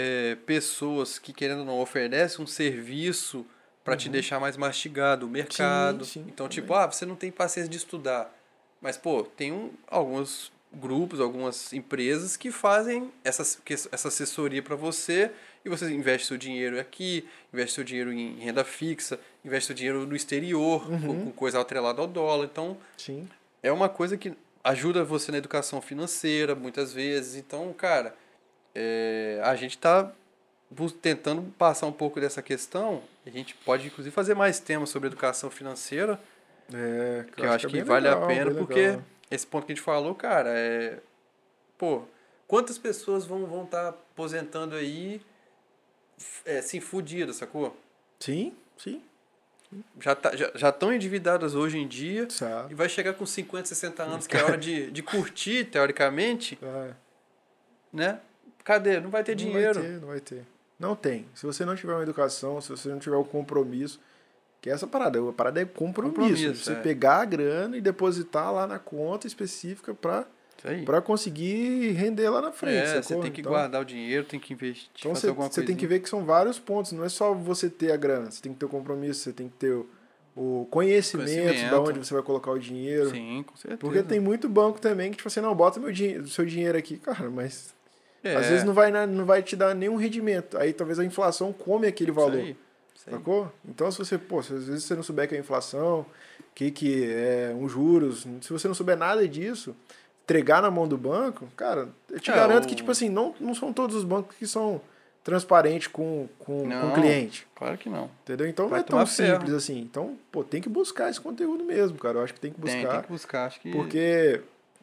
Speaker 2: é, pessoas que, querendo ou não, oferecem um serviço para te deixar mais mastigado o mercado.
Speaker 1: Uhum. sim,
Speaker 2: então, tipo,
Speaker 1: também.
Speaker 2: ah, você não tem paciência de estudar. Mas, pô, tem um, alguns grupos, algumas empresas que fazem essa, que- essa assessoria para você e você investe seu dinheiro aqui, investe seu dinheiro em renda fixa, investe seu dinheiro no exterior,
Speaker 1: Uhum.
Speaker 2: com, com coisa atrelada ao dólar. Então,
Speaker 1: Sim.
Speaker 2: é uma coisa que ajuda você na educação financeira muitas vezes. Então, cara, é, a gente está tentando passar um pouco dessa questão. A gente pode, inclusive, fazer mais temas sobre educação financeira,
Speaker 1: É,
Speaker 2: que eu acho
Speaker 1: é
Speaker 2: que,
Speaker 1: bem
Speaker 2: vale a
Speaker 1: legal,
Speaker 2: pena,
Speaker 1: bem
Speaker 2: porque
Speaker 1: legal.
Speaker 2: esse ponto que a gente falou, cara, é. Pô, quantas pessoas vão estar vão tá aposentando aí f- é, assim, fudidas, sacou?
Speaker 1: Sim, sim.
Speaker 2: Já estão já, já tão endividadas hoje em dia.
Speaker 1: Sabe?
Speaker 2: E vai chegar com 50, 60 anos, que é hora de, de curtir, teoricamente,
Speaker 1: É.
Speaker 2: né? Cadê? Não vai ter dinheiro.
Speaker 1: Não vai ter, não vai ter. Não tem. Se você não tiver uma educação, se você não tiver o compromisso, que é essa parada, a parada é compromisso.
Speaker 2: Compromisso,
Speaker 1: você
Speaker 2: é.
Speaker 1: pegar a grana e depositar lá na conta específica pra
Speaker 2: Isso aí.
Speaker 1: para conseguir render lá na frente.
Speaker 2: é,
Speaker 1: sacou?
Speaker 2: você tem que
Speaker 1: Então-
Speaker 2: guardar o dinheiro, tem que investir,
Speaker 1: Então
Speaker 2: fazer
Speaker 1: você,
Speaker 2: alguma
Speaker 1: você
Speaker 2: coisa.
Speaker 1: tem que ver que são vários pontos, não é só você ter a grana, você tem que ter o compromisso, você tem que ter o, o conhecimento,
Speaker 2: Conhecimento.
Speaker 1: de onde você vai colocar o dinheiro.
Speaker 2: Sim, com certeza.
Speaker 1: Porque tem muito banco também que, tipo assim, não, bota meu dinhe- seu dinheiro aqui, cara, mas
Speaker 2: É,
Speaker 1: às vezes não vai, na- não vai te dar nenhum rendimento. Aí talvez a inflação come aquele
Speaker 2: isso
Speaker 1: valor.
Speaker 2: aí, isso aí.
Speaker 1: Sacou? Então, se você, pô, se às vezes você não souber que é inflação, que que é um juros, se você não souber nada disso, entregar na mão do banco, cara, eu te
Speaker 2: É,
Speaker 1: garanto
Speaker 2: o-
Speaker 1: que, tipo assim, não, não são todos os bancos que são transparentes com, com, com
Speaker 2: Não.
Speaker 1: o cliente,
Speaker 2: Claro que não.
Speaker 1: entendeu? Então
Speaker 2: Vai
Speaker 1: não é tão
Speaker 2: tomar ferro.
Speaker 1: simples assim. Então, pô, tem que buscar esse conteúdo mesmo, cara. Eu acho que tem que
Speaker 2: Tem, tem
Speaker 1: buscar,
Speaker 2: que buscar, acho que.
Speaker 1: porque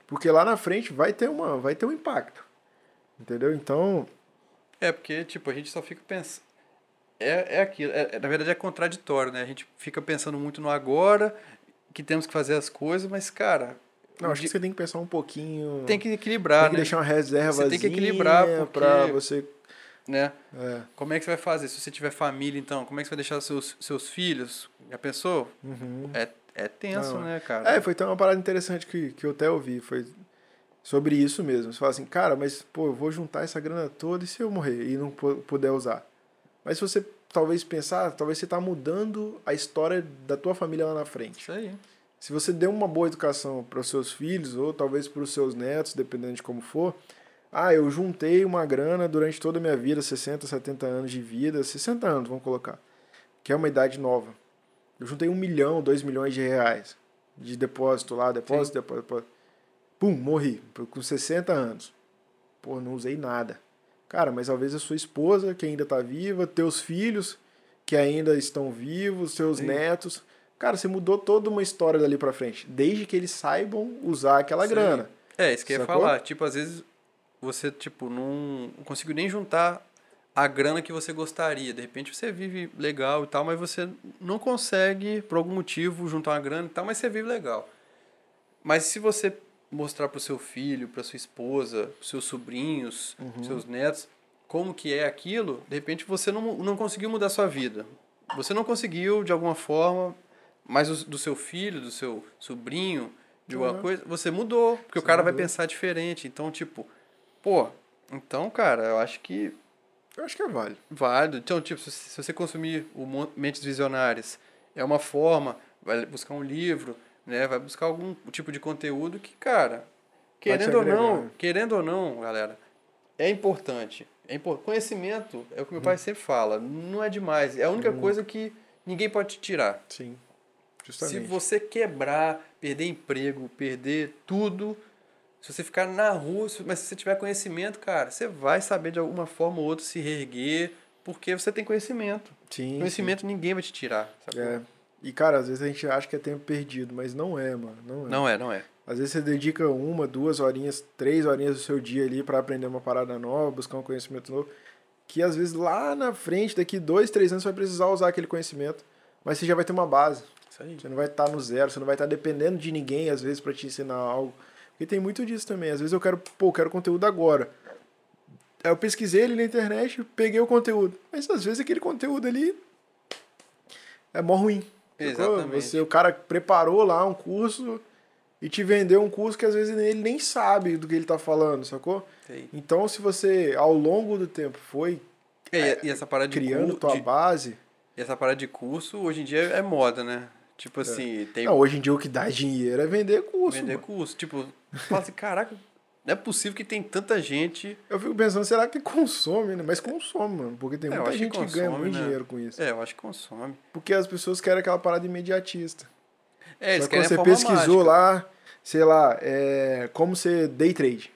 Speaker 1: porque lá na frente vai ter uma, vai ter um impacto. Entendeu? Então,
Speaker 2: É, porque, tipo, a gente só fica pensando. É, é aquilo. É, é- na verdade, é contraditório, né? A gente fica pensando muito no agora, que temos que fazer as coisas, mas, cara.
Speaker 1: não,
Speaker 2: o
Speaker 1: acho que
Speaker 2: di-
Speaker 1: você tem que pensar um pouquinho.
Speaker 2: tem que equilibrar,
Speaker 1: tem que
Speaker 2: né?
Speaker 1: deixar uma reserva
Speaker 2: Você tem que equilibrar, porque-
Speaker 1: pra você.
Speaker 2: né?
Speaker 1: É,
Speaker 2: Como é que você vai fazer? Se você tiver família, então, como é que você vai deixar seus, seus filhos? Já pensou?
Speaker 1: uhum.
Speaker 2: É, é tenso,
Speaker 1: Não,
Speaker 2: né, cara?
Speaker 1: É, foi até uma parada interessante que, que eu até ouvi. Foi sobre isso mesmo. Você fala assim, cara, mas pô, eu vou juntar essa grana toda e se eu morrer e não pu- puder usar? Mas se você talvez pensar, talvez você tá mudando a história da tua família lá na frente.
Speaker 2: Isso aí.
Speaker 1: Se você deu uma boa educação para os seus filhos ou talvez para os seus netos, dependendo de como for, ah, eu juntei uma grana durante toda a minha vida, 60, 70 anos de vida, 60 anos, vamos colocar, que é uma idade nova. Eu juntei um milhão, dois milhões de reais de depósito lá, depósito, depósito, depósito. Pum, morri, com 60 anos. Pô, não usei nada. Cara, mas talvez a sua esposa, que ainda tá viva, teus filhos, que ainda estão vivos, seus
Speaker 2: Sim.
Speaker 1: netos. Cara, você mudou toda uma história dali pra frente, desde que eles saibam usar aquela
Speaker 2: Sim.
Speaker 1: grana.
Speaker 2: É, isso que eu ia
Speaker 1: Sacou?
Speaker 2: falar. Tipo, às vezes você, tipo, não não conseguiu nem juntar a grana que você gostaria. De repente você vive legal e tal, mas você não consegue, por algum motivo, juntar uma grana e tal, mas você vive legal. Mas se você mostrar pro seu filho, pra sua esposa, pros seus sobrinhos,
Speaker 1: Uhum.
Speaker 2: pros seus netos, como que é aquilo, de repente você não, não conseguiu mudar a sua vida. Você não conseguiu, de alguma forma, mas os- do seu filho, do seu sobrinho, de alguma
Speaker 1: Uhum.
Speaker 2: coisa, você mudou, porque o
Speaker 1: Você
Speaker 2: cara vai
Speaker 1: mudou.
Speaker 2: pensar diferente. Então, tipo, pô, então, cara, eu acho que
Speaker 1: Eu acho que é válido.
Speaker 2: válido. Então, tipo, se, se você consumir o Mon- Mentes Visionárias, é uma forma, vai buscar um livro, né? Vai buscar algum tipo de conteúdo que, cara,
Speaker 1: Vai te
Speaker 2: querendo ou não,
Speaker 1: agregar.
Speaker 2: querendo ou não, galera, é importante. É impor- Conhecimento é o que
Speaker 1: Uhum.
Speaker 2: meu pai sempre fala, não é demais. É a única coisa que ninguém pode te tirar.
Speaker 1: Sim. Justamente.
Speaker 2: Se você quebrar, perder emprego, perder tudo, se você ficar na rua, se- mas se você tiver conhecimento, cara, você vai saber de alguma forma ou outra se reerguer, porque você tem conhecimento.
Speaker 1: Sim,
Speaker 2: conhecimento ninguém vai te tirar.
Speaker 1: sim.
Speaker 2: sacou?
Speaker 1: É. E, cara, às vezes a gente acha que é tempo perdido, mas não é, mano. Não é.
Speaker 2: Não é, não é.
Speaker 1: Às vezes você dedica uma, duas horinhas, três horinhas do seu dia ali pra aprender uma parada nova, buscar um conhecimento novo. que às vezes lá na frente, daqui dois, três anos, você vai precisar usar aquele conhecimento, mas você já vai ter uma base.
Speaker 2: Isso aí.
Speaker 1: Você não vai estar no zero, você não vai estar dependendo de ninguém, às vezes, para te ensinar algo. Porque tem muito disso também. Às vezes eu quero, pô, eu quero conteúdo agora. Aí eu pesquisei ele na internet, peguei o conteúdo. Mas às vezes aquele conteúdo ali é mó ruim. sacou?
Speaker 2: Exatamente.
Speaker 1: Você, o cara preparou lá um curso e te vendeu um curso que às vezes ele nem sabe do que ele tá falando, sacou?
Speaker 2: Sei.
Speaker 1: Então, se você, ao longo do tempo, foi
Speaker 2: E, aí, e essa parada de,
Speaker 1: criando
Speaker 2: cu-
Speaker 1: tua
Speaker 2: de-
Speaker 1: base.
Speaker 2: e essa parada de curso, hoje em dia é moda, né? Tipo assim, tem
Speaker 1: É. Não, hoje em dia o que dá dinheiro é vender curso.
Speaker 2: vender
Speaker 1: mano.
Speaker 2: curso. Tipo, fala assim, caraca, não é possível que tem tanta gente.
Speaker 1: Eu fico pensando, será que consome, né? Mas consome, mano. Porque tem
Speaker 2: É, eu
Speaker 1: muita
Speaker 2: acho que
Speaker 1: gente que ganha
Speaker 2: consome,
Speaker 1: muito
Speaker 2: né?
Speaker 1: dinheiro com isso.
Speaker 2: É, eu acho que consome.
Speaker 1: Porque as pessoas querem aquela parada imediatista.
Speaker 2: É, eles
Speaker 1: Mas quando
Speaker 2: querem a
Speaker 1: você
Speaker 2: forma
Speaker 1: pesquisou
Speaker 2: mágica.
Speaker 1: lá, sei lá, é, como ser day trade.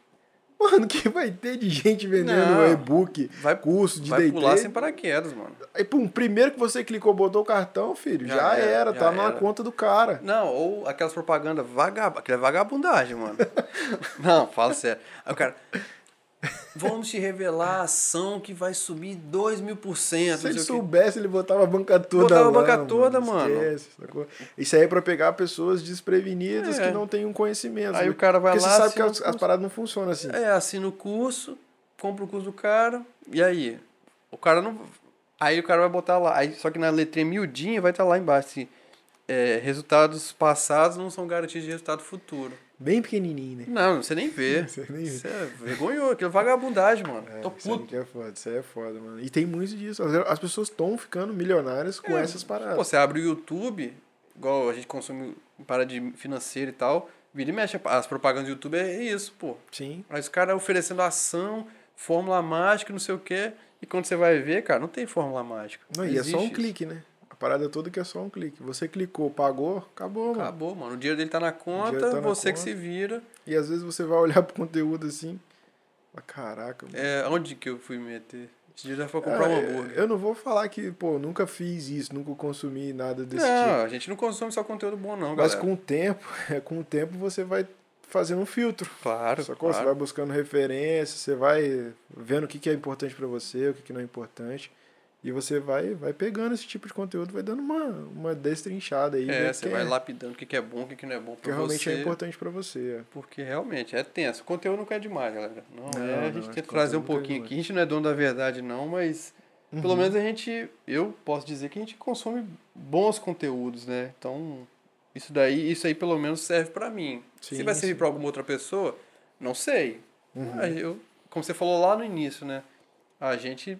Speaker 1: Mano, que vai ter de gente vendendo
Speaker 2: Não.
Speaker 1: e-book,
Speaker 2: Vai-
Speaker 1: curso de
Speaker 2: Vai
Speaker 1: day
Speaker 2: pular
Speaker 1: trade.
Speaker 2: sem paraquedas, mano.
Speaker 1: Aí, pum, primeiro que você clicou, botou o cartão, filho, já,
Speaker 2: Já
Speaker 1: era,
Speaker 2: era,
Speaker 1: tá
Speaker 2: já
Speaker 1: na
Speaker 2: era.
Speaker 1: conta do cara.
Speaker 2: Não, ou aquelas propagandas vagabundas. Aquela é vagabundagem, mano. não, fala sério. Aí o cara. Vamos te revelar a ação que vai subir 2 mil por cento.
Speaker 1: Se
Speaker 2: não
Speaker 1: ele
Speaker 2: sei o quê.
Speaker 1: soubesse, ele botava a banca toda
Speaker 2: Botava a
Speaker 1: lá,
Speaker 2: banca toda, mano.
Speaker 1: Esquece, sacou? Isso aí é pra pegar pessoas desprevenidas
Speaker 2: É.
Speaker 1: que não têm um conhecimento.
Speaker 2: Aí
Speaker 1: né?
Speaker 2: o cara vai
Speaker 1: Porque
Speaker 2: lá,
Speaker 1: você sabe que
Speaker 2: assina
Speaker 1: as,
Speaker 2: o
Speaker 1: as paradas não funcionam assim.
Speaker 2: É, assina o curso, compra o curso do cara, e aí? O cara não. Aí o cara vai botar lá. Aí, só que na letrinha miudinha vai estar lá embaixo. Assim, é, resultados passados não são garantias de resultado futuro.
Speaker 1: Bem pequenininho, né?
Speaker 2: Não, você nem vê.
Speaker 1: Você nem vê.
Speaker 2: Isso é vergonhoso, aquilo é vagabundagem, mano.
Speaker 1: É,
Speaker 2: Tô
Speaker 1: isso aí
Speaker 2: puto.
Speaker 1: que é foda, isso aí é foda, mano. E tem muito disso. As- As pessoas estão ficando milionárias com
Speaker 2: É,
Speaker 1: essas paradas.
Speaker 2: Pô, você abre o YouTube, igual a gente consome para de financeira e tal, vira e mexe. As propagandas do YouTube é isso, pô.
Speaker 1: Sim.
Speaker 2: Aí os caras oferecendo ação, fórmula mágica, não sei o quê. E quando você vai ver, cara, não tem fórmula mágica.
Speaker 1: Não, e é só
Speaker 2: existe
Speaker 1: um
Speaker 2: isso.
Speaker 1: clique, né? A parada toda que é só um clique. Você clicou, pagou, acabou, mano.
Speaker 2: Acabou, mano. O dinheiro dele tá na
Speaker 1: dinheiro
Speaker 2: conta,
Speaker 1: tá na
Speaker 2: você que
Speaker 1: conta.
Speaker 2: se vira.
Speaker 1: E às vezes você vai olhar pro conteúdo assim. Mas caraca, mano.
Speaker 2: É, onde que eu fui meter? Esse dinheiro já foi comprar um
Speaker 1: Ah,
Speaker 2: hambúrguer.
Speaker 1: Eu não vou falar que, pô, nunca fiz isso, nunca consumi nada desse
Speaker 2: não,
Speaker 1: tipo.
Speaker 2: a gente não consome só conteúdo bom, não,
Speaker 1: Mas
Speaker 2: galera.
Speaker 1: com o tempo, é, com o tempo você vai fazendo um filtro.
Speaker 2: Claro,
Speaker 1: Sacou? Você
Speaker 2: claro.
Speaker 1: vai buscando referência, você vai vendo o que, que é importante pra você, o que, que não é importante. E você vai, vai pegando esse tipo de conteúdo, vai dando uma, uma destrinchada aí.
Speaker 2: É,
Speaker 1: vendo
Speaker 2: você
Speaker 1: que
Speaker 2: vai lapidando o que que é bom, o que que não é bom
Speaker 1: que
Speaker 2: pra
Speaker 1: realmente
Speaker 2: você.
Speaker 1: é importante pra você.
Speaker 2: Porque realmente é tenso. O conteúdo nunca é demais, galera. Não,
Speaker 1: Não,
Speaker 2: é, a
Speaker 1: não,
Speaker 2: gente
Speaker 1: esse
Speaker 2: tenta trazer
Speaker 1: conteúdo nunca é
Speaker 2: um
Speaker 1: demais.
Speaker 2: pouquinho
Speaker 1: Uhum.
Speaker 2: aqui. A gente não é dono da verdade, não, mas pelo menos a gente. Eu posso dizer que a gente consome bons conteúdos, né? Então, isso daí, isso aí pelo menos serve pra mim.
Speaker 1: Sim,
Speaker 2: Se vai servir
Speaker 1: sim. Uhum.
Speaker 2: pra alguma outra pessoa, não sei. Mas eu, como você falou lá no início, né? A gente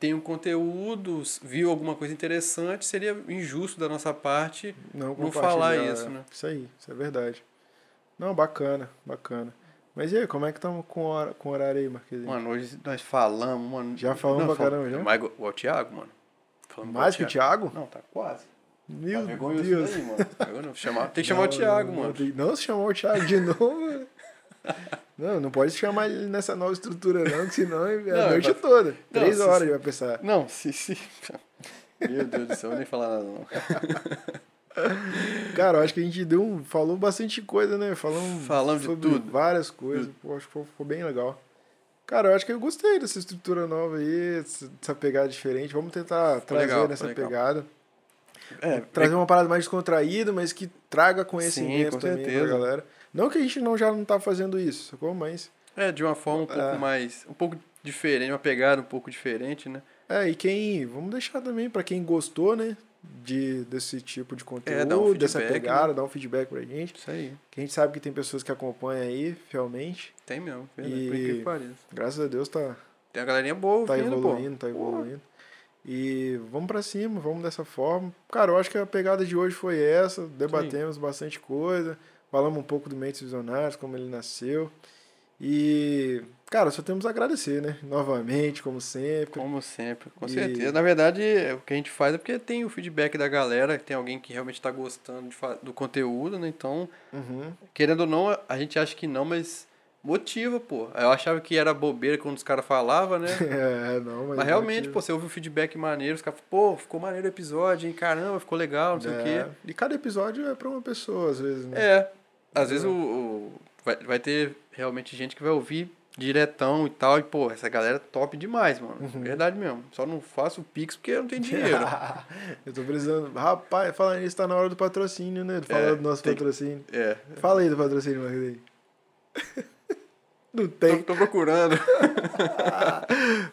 Speaker 2: tem um conteúdo, viu alguma coisa interessante, seria injusto da nossa parte
Speaker 1: Não,
Speaker 2: não falar
Speaker 1: compartilhar.
Speaker 2: isso, né?
Speaker 1: Isso aí, isso é verdade. Não, bacana, bacana. Mas e aí, como é que estamos com, hora- com o horário aí, Marquezinho?
Speaker 2: Mano, hoje nós falamos, mano.
Speaker 1: Já falamos
Speaker 2: Não,
Speaker 1: pra caramba, já?
Speaker 2: Mas igual o Thiago, mano. Falamos igual
Speaker 1: Mais que o Thiago?
Speaker 2: Não, tá quase. Tá
Speaker 1: Meu
Speaker 2: vergonhoso
Speaker 1: Deus.
Speaker 2: daí, mano. Tá vergonhoso. Chamar- Tem que chamar
Speaker 1: Não,
Speaker 2: o Thiago,
Speaker 1: não,
Speaker 2: mano.
Speaker 1: Não, tem- não, se chamar o Thiago de novo. Não, não pode chamar ele nessa nova estrutura, não, que senão é a
Speaker 2: Não,
Speaker 1: noite
Speaker 2: vai-
Speaker 1: toda. Três
Speaker 2: se-
Speaker 1: horas ele vai pensar.
Speaker 2: Não, se, se... Meu Deus do céu, eu nem falar nada, não.
Speaker 1: Cara, eu acho que a gente deu um, falou bastante coisa, né? Falamos,
Speaker 2: Falamos de
Speaker 1: sobre
Speaker 2: tudo.
Speaker 1: várias coisas. Pô, acho que ficou- ficou bem legal. Cara, eu acho que eu gostei dessa estrutura nova aí, essa essa pegada diferente. Vamos tentar trazer
Speaker 2: legal,
Speaker 1: nessa
Speaker 2: foi legal.
Speaker 1: pegada.
Speaker 2: É,
Speaker 1: Trazer uma parada mais descontraída, mas que traga conhecimento
Speaker 2: com
Speaker 1: também pra
Speaker 2: certeza.
Speaker 1: galera. Não que a gente não, já não tá fazendo isso, sacou? Mas
Speaker 2: é, de uma forma um pouco
Speaker 1: É.
Speaker 2: mais... Um pouco diferente, uma pegada um pouco diferente, né?
Speaker 1: É, e quem. Vamos deixar também pra quem gostou, né? De, desse tipo de conteúdo,
Speaker 2: dá um
Speaker 1: dessa
Speaker 2: feedback,
Speaker 1: pegada, dá um feedback pra gente.
Speaker 2: Isso aí.
Speaker 1: Que a gente sabe que tem pessoas que acompanham aí, fielmente.
Speaker 2: Tem mesmo, verdade.
Speaker 1: E-
Speaker 2: Por incrível que pareça.
Speaker 1: Graças a Deus tá,
Speaker 2: Tem a galerinha boa
Speaker 1: tá
Speaker 2: ouvindo,
Speaker 1: evoluindo, tá evoluindo. E vamos pra cima, vamos dessa forma. Cara, eu acho que a pegada de hoje foi essa. Debatemos bastante coisa. Falamos um pouco do Mentes Visionários, como ele nasceu. E, cara, só temos a agradecer, né? Novamente, como sempre.
Speaker 2: Como sempre, com
Speaker 1: E-
Speaker 2: certeza. Na verdade, o que a gente faz é porque tem o feedback da galera, tem alguém que realmente está gostando de fa- do conteúdo, né? Então,
Speaker 1: Uhum.
Speaker 2: querendo ou não, a gente acha que não, mas motiva, pô. Eu achava que era bobeira quando os caras falavam, né?
Speaker 1: É, não, mas.
Speaker 2: Mas realmente,
Speaker 1: motiva.
Speaker 2: pô, você ouve um feedback maneiro, os caras falam, pô, ficou maneiro o episódio, hein? Caramba, ficou legal, não sei o quê.
Speaker 1: É. E cada episódio é pra uma pessoa, às vezes, né?
Speaker 2: É. Às vezes o, o- vai, vai ter realmente gente que vai ouvir diretão e tal. E, pô, essa galera é top demais, mano.
Speaker 1: Uhum.
Speaker 2: Verdade mesmo. Só não faço Pix porque eu não tenho dinheiro.
Speaker 1: eu tô precisando. Rapaz, falando nisso, tá na hora do patrocínio, né? Falar
Speaker 2: É,
Speaker 1: do nosso
Speaker 2: tem-
Speaker 1: patrocínio.
Speaker 2: é.
Speaker 1: Fala aí do patrocínio, Marquezinho. Não tem.
Speaker 2: Tô, tô procurando.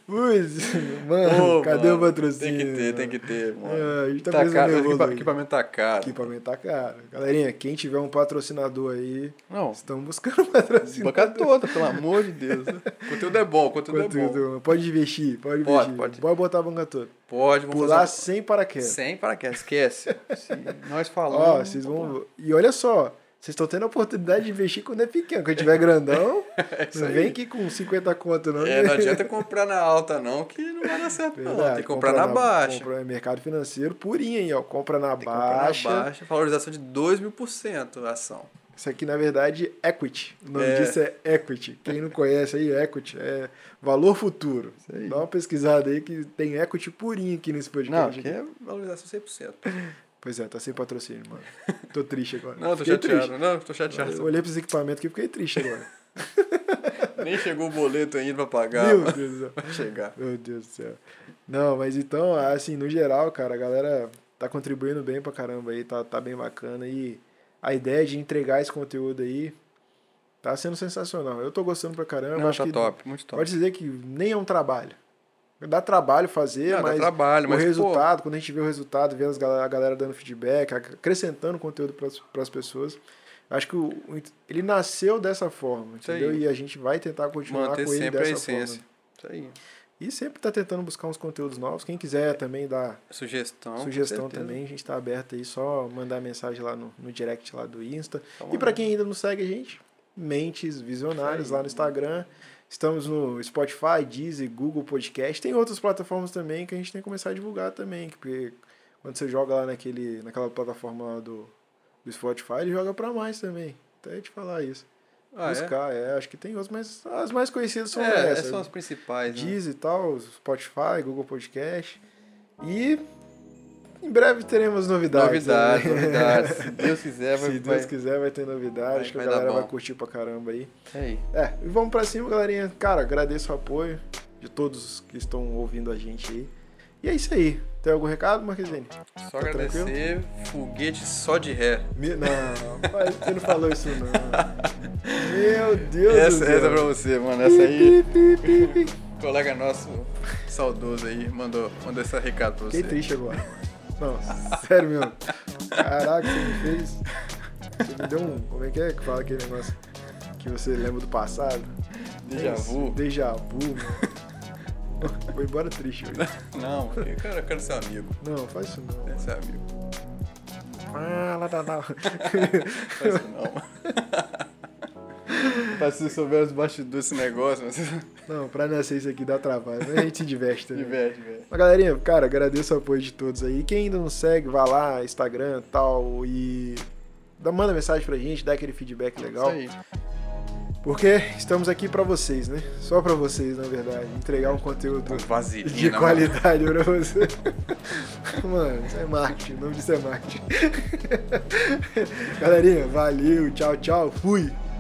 Speaker 1: Putz, mano,
Speaker 2: Ô,
Speaker 1: cadê
Speaker 2: mano,
Speaker 1: o patrocínio?
Speaker 2: Tem que ter, tem que ter, mano.
Speaker 1: É, a gente tá,
Speaker 2: Tá
Speaker 1: precisando
Speaker 2: caro,
Speaker 1: nervoso
Speaker 2: equipa-
Speaker 1: aí.
Speaker 2: equipamento tá caro.
Speaker 1: Equipamento tá caro. Galerinha, quem tiver um patrocinador aí,
Speaker 2: Não,
Speaker 1: estamos buscando um patrocinador.
Speaker 2: bancada toda, pelo amor de Deus. conteúdo é bom, conteúdo, é bom.
Speaker 1: Conteúdo, pode investir, pode,
Speaker 2: Pode,
Speaker 1: investir.
Speaker 2: pode.
Speaker 1: botar a banca toda.
Speaker 2: Pode, vamos
Speaker 1: Pular
Speaker 2: fazer... um
Speaker 1: sem paraquedas.
Speaker 2: Sem paraquedas, esquece. Se nós falamos...
Speaker 1: Ó, vocês vão. E olha só, vocês estão tendo a oportunidade de investir quando é pequeno. Quando tiver grandão, não vem aqui com 50 conto, não. né? É
Speaker 2: É, não adianta comprar na alta não, que não vai dar certo não. Tem que comprar na baixa.
Speaker 1: Compra, é mercado financeiro purinho aí, ó. Compra na,
Speaker 2: Tem que comprar
Speaker 1: baixa.
Speaker 2: na baixa. Valorização de 2 mil por cento a ação.
Speaker 1: Isso aqui, na verdade, é equity. O nome
Speaker 2: É.
Speaker 1: disso é equity. Quem não conhece aí, equity é valor futuro.
Speaker 2: aí.
Speaker 1: Dá uma pesquisada aí que tem equity purinho aqui nesse
Speaker 2: Não,
Speaker 1: podcast.
Speaker 2: aqui é valorização 100%.
Speaker 1: Pois é, tá sem patrocínio, mano. Tô triste agora.
Speaker 2: Não, tô
Speaker 1: Fiquei
Speaker 2: chateado.
Speaker 1: triste.
Speaker 2: Não, tô chateado.
Speaker 1: Eu olhei pros equipamentos aqui e fiquei triste agora.
Speaker 2: Nem chegou o boleto ainda pra pagar.
Speaker 1: Meu Deus do céu.
Speaker 2: Vai chegar.
Speaker 1: Meu Deus do céu. Não, mas então, assim, no geral, cara, a galera tá contribuindo bem pra caramba aí, tá, tá bem bacana. E a ideia de entregar esse conteúdo aí tá sendo sensacional. Eu tô gostando pra caramba.
Speaker 2: Não,
Speaker 1: acho
Speaker 2: tá
Speaker 1: que
Speaker 2: top, muito top.
Speaker 1: Pode dizer que nem é um trabalho. Dá trabalho fazer,
Speaker 2: Não, dá
Speaker 1: mas
Speaker 2: trabalho,
Speaker 1: o
Speaker 2: mas, pô-
Speaker 1: resultado, quando a gente vê o resultado, vê as gal- a galera dando feedback, acrescentando conteúdo para as pessoas, acho que o- o- ele nasceu dessa forma,
Speaker 2: Isso aí.
Speaker 1: entendeu? E a gente vai tentar continuar
Speaker 2: Manter
Speaker 1: com ele
Speaker 2: sempre a
Speaker 1: dessa
Speaker 2: essência.
Speaker 1: forma.
Speaker 2: Isso aí.
Speaker 1: E sempre tá tentando buscar uns conteúdos novos. Quem quiser também dar
Speaker 2: Sugestão. com
Speaker 1: sugestão
Speaker 2: certeza.
Speaker 1: também, a gente tá aberto aí, só mandar mensagem lá no, no direct lá do Insta.
Speaker 2: Então,
Speaker 1: E para
Speaker 2: mano,
Speaker 1: quem ainda não segue a gente, Mentes Visionários
Speaker 2: Isso aí.
Speaker 1: lá no Instagram. Estamos no Spotify, Deezer, Google Podcast. Tem outras plataformas também que a gente tem que começar a divulgar também, que- porque quando você joga lá naquele, naquela plataforma lá do, do Spotify, ele joga para mais também. Até te falar isso.
Speaker 2: Ah, é?
Speaker 1: Buscar, é? acho que tem outras, mas as mais conhecidas são
Speaker 2: É,
Speaker 1: essas.
Speaker 2: são as principais. né?
Speaker 1: Deezer e tal, Spotify, Google Podcast. E em breve teremos novidades.
Speaker 2: Novidades,
Speaker 1: né?
Speaker 2: novidades. Se Deus quiser, vai.
Speaker 1: Se Deus
Speaker 2: vai-
Speaker 1: quiser, vai ter novidade.
Speaker 2: vai-
Speaker 1: acho que
Speaker 2: vai
Speaker 1: a
Speaker 2: dar
Speaker 1: galera
Speaker 2: bom.
Speaker 1: vai curtir pra caramba aí.
Speaker 2: É aí.
Speaker 1: É, e vamos pra cima, galerinha. Cara, agradeço o apoio de todos que estão ouvindo a gente aí. E é isso aí. Tem algum recado, Marquezine?
Speaker 2: Só
Speaker 1: Tá
Speaker 2: agradecer. Foguete só de ré.
Speaker 1: Me- Não, pai, você não falou isso, não. Meu Deus
Speaker 2: Essa,
Speaker 1: do céu.
Speaker 2: essa é pra você, mano. Essa aí,
Speaker 1: Pi, pi, pi, pi.
Speaker 2: um colega nosso saudoso aí mandou, mandou esse recado pra você.
Speaker 1: Fiquei triste agora. Não, sério mesmo. Caraca, você me fez. Você me deu um. Como é que é que fala aquele negócio? Que você lembra do passado? É
Speaker 2: Déjà vu.
Speaker 1: Deja vu, mano. Vou embora triste hoje.
Speaker 2: Não, eu quero, eu quero ser amigo.
Speaker 1: Não, faz isso não.
Speaker 2: Quero ser amigo.
Speaker 1: Ah, lá, lá, lá.
Speaker 2: Faz isso não. Pra se souber os bastidores desse negócio, mas
Speaker 1: Não, pra nascer isso aqui dá trabalho, mas a gente se diverte também.
Speaker 2: diverte, velho.
Speaker 1: Mas galerinha, cara, agradeço o apoio de todos aí. Quem ainda não segue, vá lá, Instagram tal, e dá- manda mensagem pra gente, dá aquele feedback legal.
Speaker 2: É Isso aí.
Speaker 1: Porque estamos aqui pra vocês, né? Só pra vocês, na verdade. Entregar um conteúdo
Speaker 2: Vaselina,
Speaker 1: de
Speaker 2: mano.
Speaker 1: qualidade pra você. Mano, isso é marketing. O nome disso é marketing. Galerinha, valeu. Tchau, tchau. Fui.